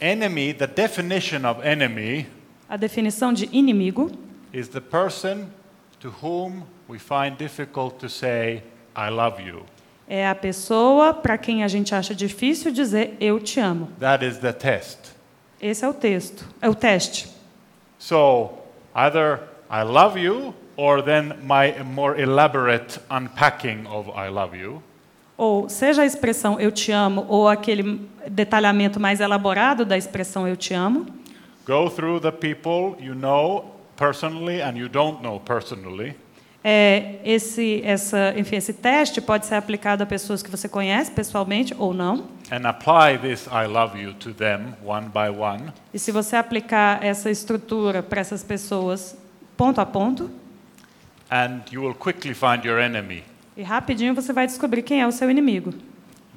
C: Enemy, the definition of enemy
D: A definição de inimigo
C: is the person to whom we find difficult to say, I love you.
D: é a pessoa para quem a gente acha difícil dizer eu te amo.
C: That is the test.
D: Esse é o texto, é o teste.
C: So either I love you or then my more elaborate unpacking of I love you.
D: Ou seja a expressão eu te amo ou aquele detalhamento mais elaborado da expressão eu te amo.
C: Go through the people you know personally and you don't know personally.
D: É, esse, essa, enfim, esse teste pode ser aplicado a pessoas que você conhece pessoalmente ou não.
C: and apply this I love you to them one by one,
D: E se você aplicar essa estrutura para essas pessoas ponto a ponto,
C: and you will quickly find your enemy.
D: e rapidinho você vai descobrir quem é o seu inimigo.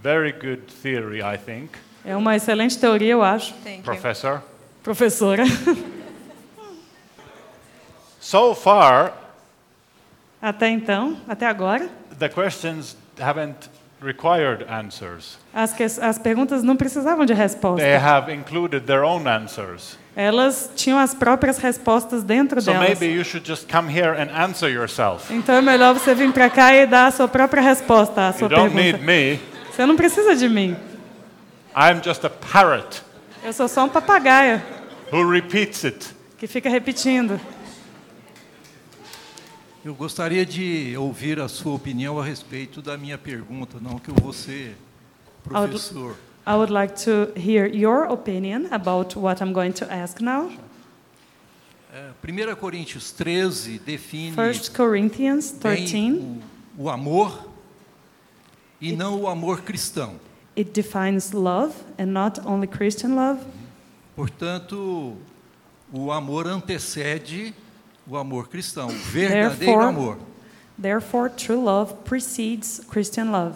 C: Very good theory, I think,
D: É uma excelente teoria, eu acho,
I: Thank you.
C: Professor.
D: professora.
C: So far,
D: Até então, até agora,
C: the questions haven't required answers,
D: as, que- as perguntas não precisavam de resposta.
C: they have included their own answers.
D: Elas tinham as próprias respostas dentro
C: So
D: delas.
C: maybe you should just come here and answer yourself.
D: Então é melhor você vir para cá e dar a sua própria resposta à
C: You
D: sua
C: don't
D: pergunta.
C: need me,
D: Você não precisa de mim.
C: I'm just a parrot
D: Eu sou só um papagaio
C: who repeats it.
D: que fica repetindo.
J: Eu gostaria de ouvir a sua opinião a respeito da minha pergunta, não que eu vou ser
I: Ah,
J: professor.
D: I would like to hear your opinion about what I'm going to ask now.
J: É, 1 Coríntios 13 define
D: 1 Corinthians
J: bem
D: 13,
J: o, o amor e não o amor cristão.
D: it defines love and not only Christian love.
J: Portanto, o amor antecede o amor cristão, o verdadeiro
D: Therefore,
J: amor.
D: therefore true love precedes Christian love.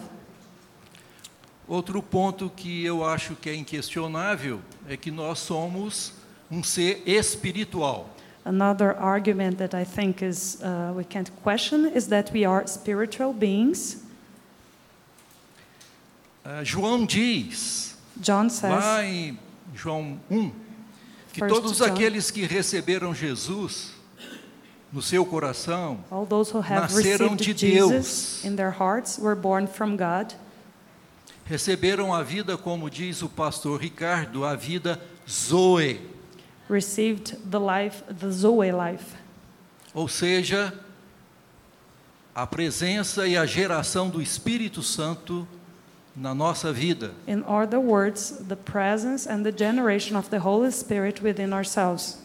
J: Outro ponto que eu acho que é inquestionável é que nós somos um ser espiritual.
D: Another argument that I think is uh, we can't question is that we are spiritual beings.
J: Ah, João diz,
D: John says,
J: lá em João 1, que
D: First
J: todos
D: John.
J: aqueles que receberam Jesus no seu coração
D: all those who have
J: nasceram
D: received
J: de
D: Jesus
J: Deus.
D: in their hearts were born from God.
J: receberam a vida, como diz o pastor Ricardo, a vida Zoe,
D: received the life, the Zoe life,
J: ou seja, a presença e a geração do Espírito Santo na nossa vida.
D: in other words, the presence and the generation of the Holy Spirit within ourselves.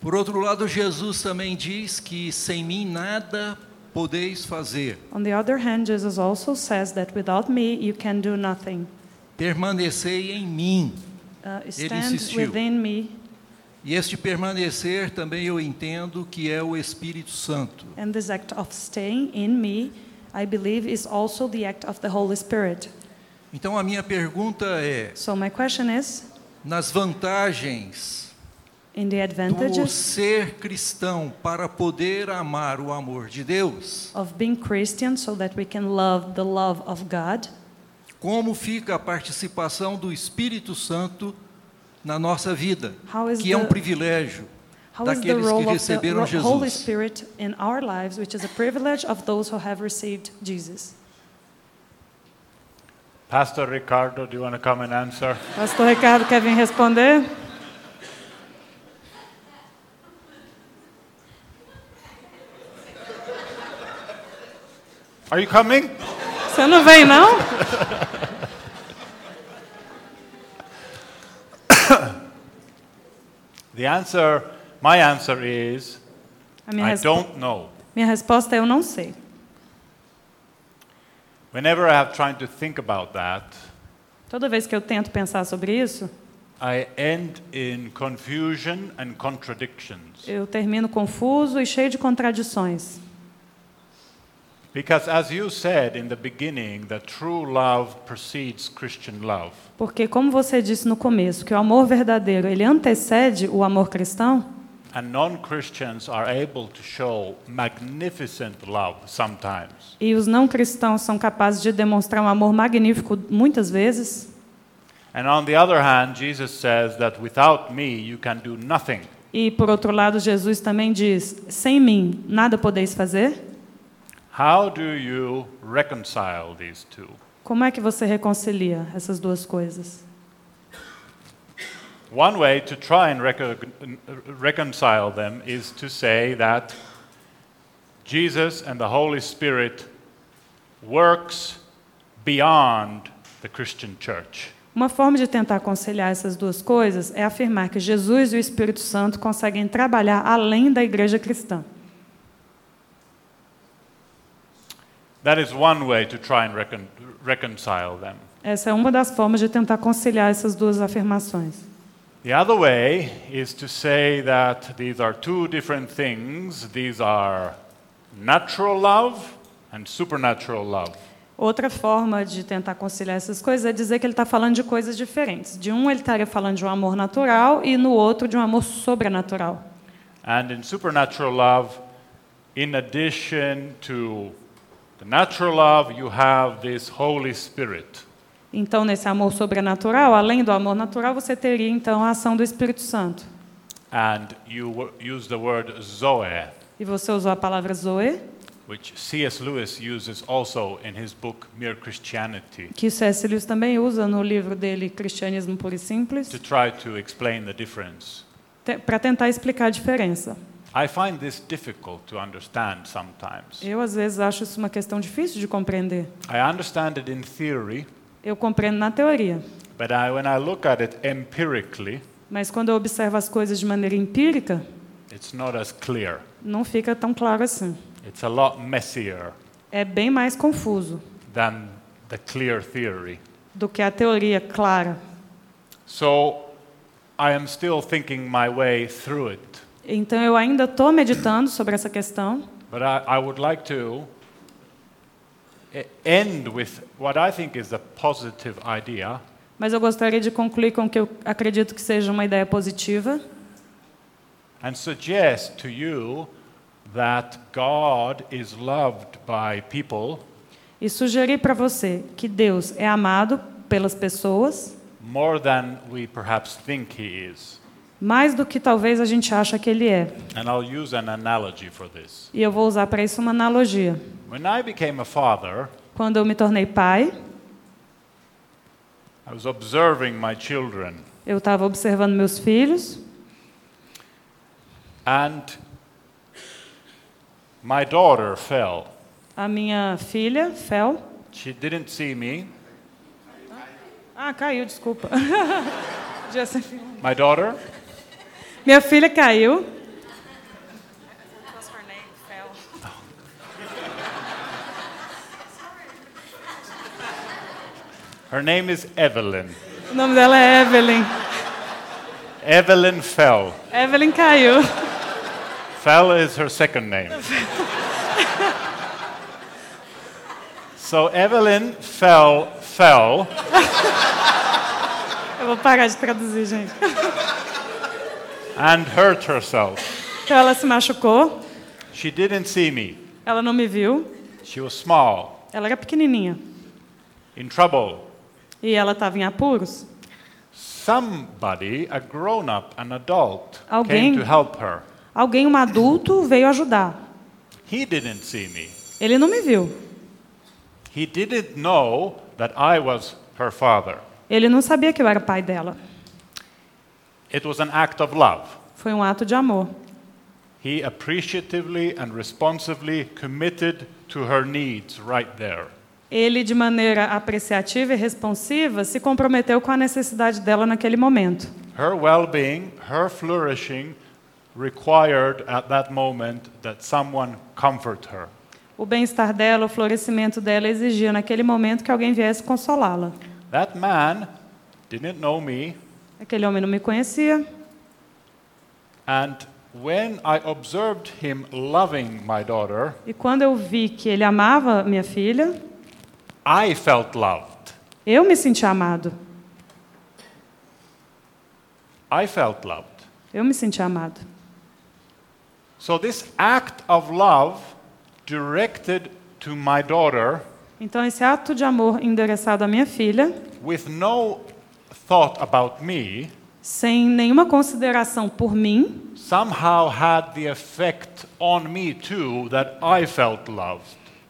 J: Por outro lado, Jesus também diz que sem mim nada podeis fazer.
D: On the other hand, Jesus also says that without me you can do nothing.
J: Permanecei em mim.
D: Uh, stand
J: insistiu.
D: within me,
J: E este permanecer também eu entendo que é o Espírito Santo.
D: and this act of staying in me, I believe, is also the act of the Holy Spirit.
J: Então a minha pergunta é:
D: So my question is,
J: nas vantagens
D: in the
J: do
D: advantages
J: ser cristão para poder amar o amor de Deus,
D: of being Christian, so that we can love the love of God.
J: como fica a participação do Espírito Santo na nossa vida,
D: How is
J: que é um
D: the-
J: privilégio
D: How is the
J: daqueles que
D: role of the
J: receberam
D: Ro- Holy
J: Jesus.
D: Spirit in our lives, which is a privilege of those who have received Jesus?
C: Pastor Ricardo, do you want to come and answer?
D: Pastor Ricardo quer vir responder?
C: Are you coming?
D: Você não vem, não?
C: The answer, my answer is
D: A minha,
C: I
D: respo-
C: don't know.
D: minha resposta é eu não sei.
C: Whenever I have tried to think about that,
D: Toda vez que eu tento pensar sobre isso,
C: I end in confusion and contradictions.
D: eu termino confuso e cheio de contradições.
C: Because as you said in the beginning, that true love precedes Christian love.
D: Porque, como você disse no começo, que o amor verdadeiro ele antecede o amor cristão,
C: And non Christians are able to show magnificent love sometimes.
D: e os não cristãos são capazes de demonstrar um amor magnífico muitas vezes.
C: And on the other hand, Jesus says that without me, you can do nothing.
D: E por outro lado, Jesus também diz: sem mim nada podeis fazer.
C: How do you reconcile these two?
D: Como é que você reconcilia essas duas coisas?
C: One way to try and recog- reconcile them is to say that Jesus and the Holy Spirit works beyond the Christian church.
D: Uma forma de tentar aconselhar essas duas coisas é afirmar que Jesus e o Espírito Santo conseguem trabalhar além da igreja cristã.
C: That is one way to try and recon- reconcile them.
D: Essa é uma das formas de tentar conciliar essas duas afirmações.
C: The other way is to say that these are two different things. These are natural love and supernatural love.
D: Outra forma de tentar conciliar essas coisas é dizer que ele está falando de coisas diferentes. De um, ele estaria falando de um amor natural e no outro, de um amor sobrenatural.
C: And in supernatural love, in addition to the natural love, you have this Holy Spirit.
D: Então, nesse amor sobrenatural, além do amor natural, você teria então a ação do Espírito Santo.
C: And you wo- use the word Zoe,
D: E você usou a palavra Zoe,
C: which C.S. Lewis uses also in his book Mere Christianity
D: que C.S. Lewis também usa no livro dele Cristianismo Puro e Simples,
C: to try to explain the difference.
D: para tentar explicar a diferença.
C: I find this difficult to understand sometimes.
D: Eu às vezes acho isso uma questão difícil de compreender.
C: I understand it in theory,
D: Eu compreendo na teoria,
C: but I, when I look at it empirically,
D: mas quando eu observo as coisas de maneira empírica,
C: it's not as clear.
D: não fica tão claro assim.
C: It's a lot messier
D: É bem mais confuso
C: than the clear theory.
D: do que a teoria clara.
C: So I am still thinking my way through it,
D: Então eu ainda estou meditando sobre essa questão,
C: but I, I would like to e- end with what I think is a positive idea
D: mas eu gostaria de concluir com o que eu acredito que seja uma ideia positiva
C: and suggest to you that God is loved by people
D: e sugerir para você que Deus é amado pelas pessoas
C: more than we perhaps think He is.
D: mais do que talvez a gente acha que ele é.
C: And I'll use an analogy for this.
D: E eu vou usar para isso uma analogia.
C: When I became a father,
D: Quando eu me tornei pai,
C: I was observing my children,
D: eu estava observando meus filhos
C: and my daughter fell.
D: A minha filha, Fel.
C: She didn't see me.
D: Ah, caiu, desculpa. Josephine.
C: My daughter,
D: minha filha caiu.
G: Plus her name fell.
C: her name is Evelyn.
D: O nome dela é Evelyn.
C: Evelyn fell.
D: Evelyn caiu.
C: Fell is her second name. so Evelyn fell, fell,
D: Eu vou parar de traduzir, gente.
C: and hurt herself.
D: Então ela se machucou.
C: She didn't see me.
D: Ela não me viu.
C: She was small,
D: Ela era pequenininha.
C: in trouble.
D: E ela estava em apuros.
C: Somebody, a grown up, an adult,
D: Alguém.
C: came to help her.
D: Alguém, um adulto, veio ajudar.
C: He didn't see me.
D: Ele não me viu.
C: He didn't know that I was her father.
D: Ele não sabia que eu era pai dela.
C: It was an act of love.
D: Foi um ato de amor.
C: He appreciatively and responsively committed to her needs right there.
D: Ele, de maneira apreciativa e responsiva, se comprometeu com a necessidade dela naquele momento.
C: Her well being, her flourishing required at that moment that someone comfort her.
D: O bem-estar dela, o florescimento dela exigia naquele momento que alguém viesse consolá-la.
C: That man didn't know me,
D: Aquele homem não me conhecia.
C: and when I observed him loving my daughter,
D: E quando eu vi que ele amava minha filha,
C: I felt loved.
D: eu me senti amado.
C: I felt loved.
D: Eu me senti amado.
C: So, this act of love directed to my daughter
D: Então, esse ato de amor endereçado à minha filha,
C: with no thought about me
D: sem nenhuma consideração por mim,
C: somehow had the effect on me too that I felt loved.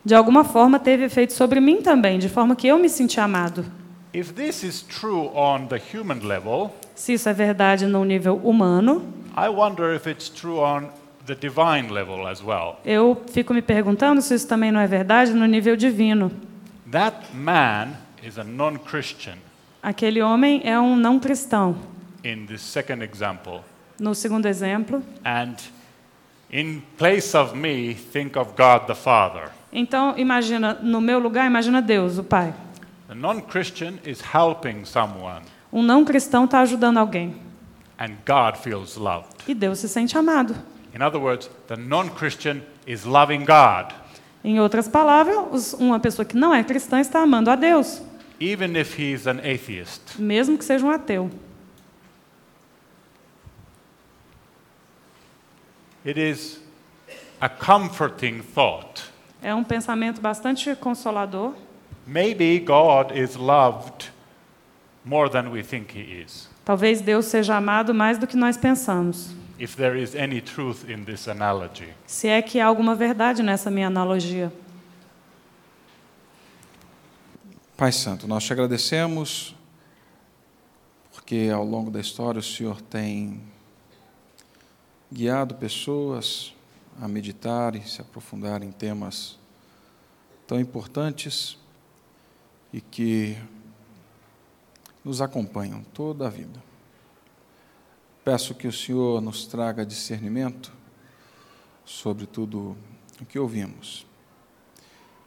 D: de alguma forma teve efeito sobre mim também, de forma que eu me senti amado.
C: If this is true on the human level,
D: Se isso é verdade no nível humano,
C: I wonder if it's true on the divine level as well.
D: Eu fico me perguntando se isso também não é verdade no nível divino.
C: That man is a non Christian
D: Aquele homem é um não cristão.
C: in the second example.
D: No segundo exemplo,
C: And in place of me, think of God the Father.
D: então imagina no meu lugar, imagina Deus, o Pai.
C: The non Christian is helping someone,
D: Um não cristão está ajudando alguém
C: and God feels loved.
D: e Deus se sente amado.
C: In other words, the non Christian is loving God,
D: Em outras palavras, os- uma pessoa que não é cristã está amando a Deus,
C: even if he's an atheist.
D: mesmo que seja um ateu.
C: It is a comforting thought.
D: É um pensamento bastante consolador.
C: Maybe God is loved more than we think he is,
D: Talvez Deus seja amado mais do que nós pensamos.
C: if there is any truth in this analogy.
D: Se é que há alguma verdade nessa minha analogia.
J: Pai Santo, nós te agradecemos porque ao longo da história o Senhor tem guiado pessoas a meditar e se aprofundar em temas tão importantes e que nos acompanham toda a vida. Peço que o Senhor nos traga discernimento sobre tudo o que ouvimos.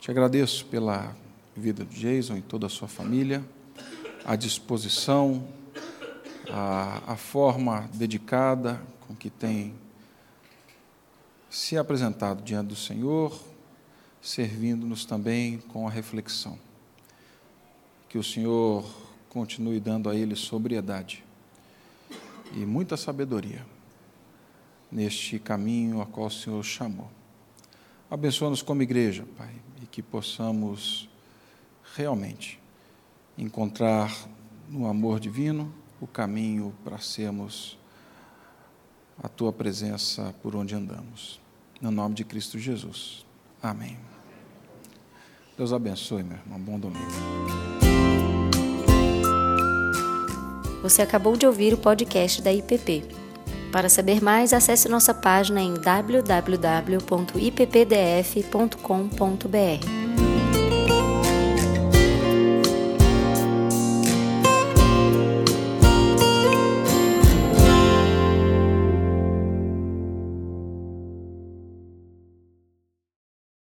J: Te agradeço pela vida do Jason e toda a sua família, a disposição, a, a forma dedicada com que tem se apresentado diante do Senhor, servindo-nos também com a reflexão. Que o Senhor continue dando a ele sobriedade e muita sabedoria neste caminho a qual o Senhor chamou. Abençoa-nos como igreja, Pai, e que possamos realmente encontrar no amor divino o caminho para sermos a tua presença por onde andamos. No nome de Cristo Jesus. Amém. Deus abençoe, meu irmão. Bom domingo.
A: Você acabou de ouvir o podcast da IPP. Para saber mais, acesse nossa página em www.ippdf.com.br.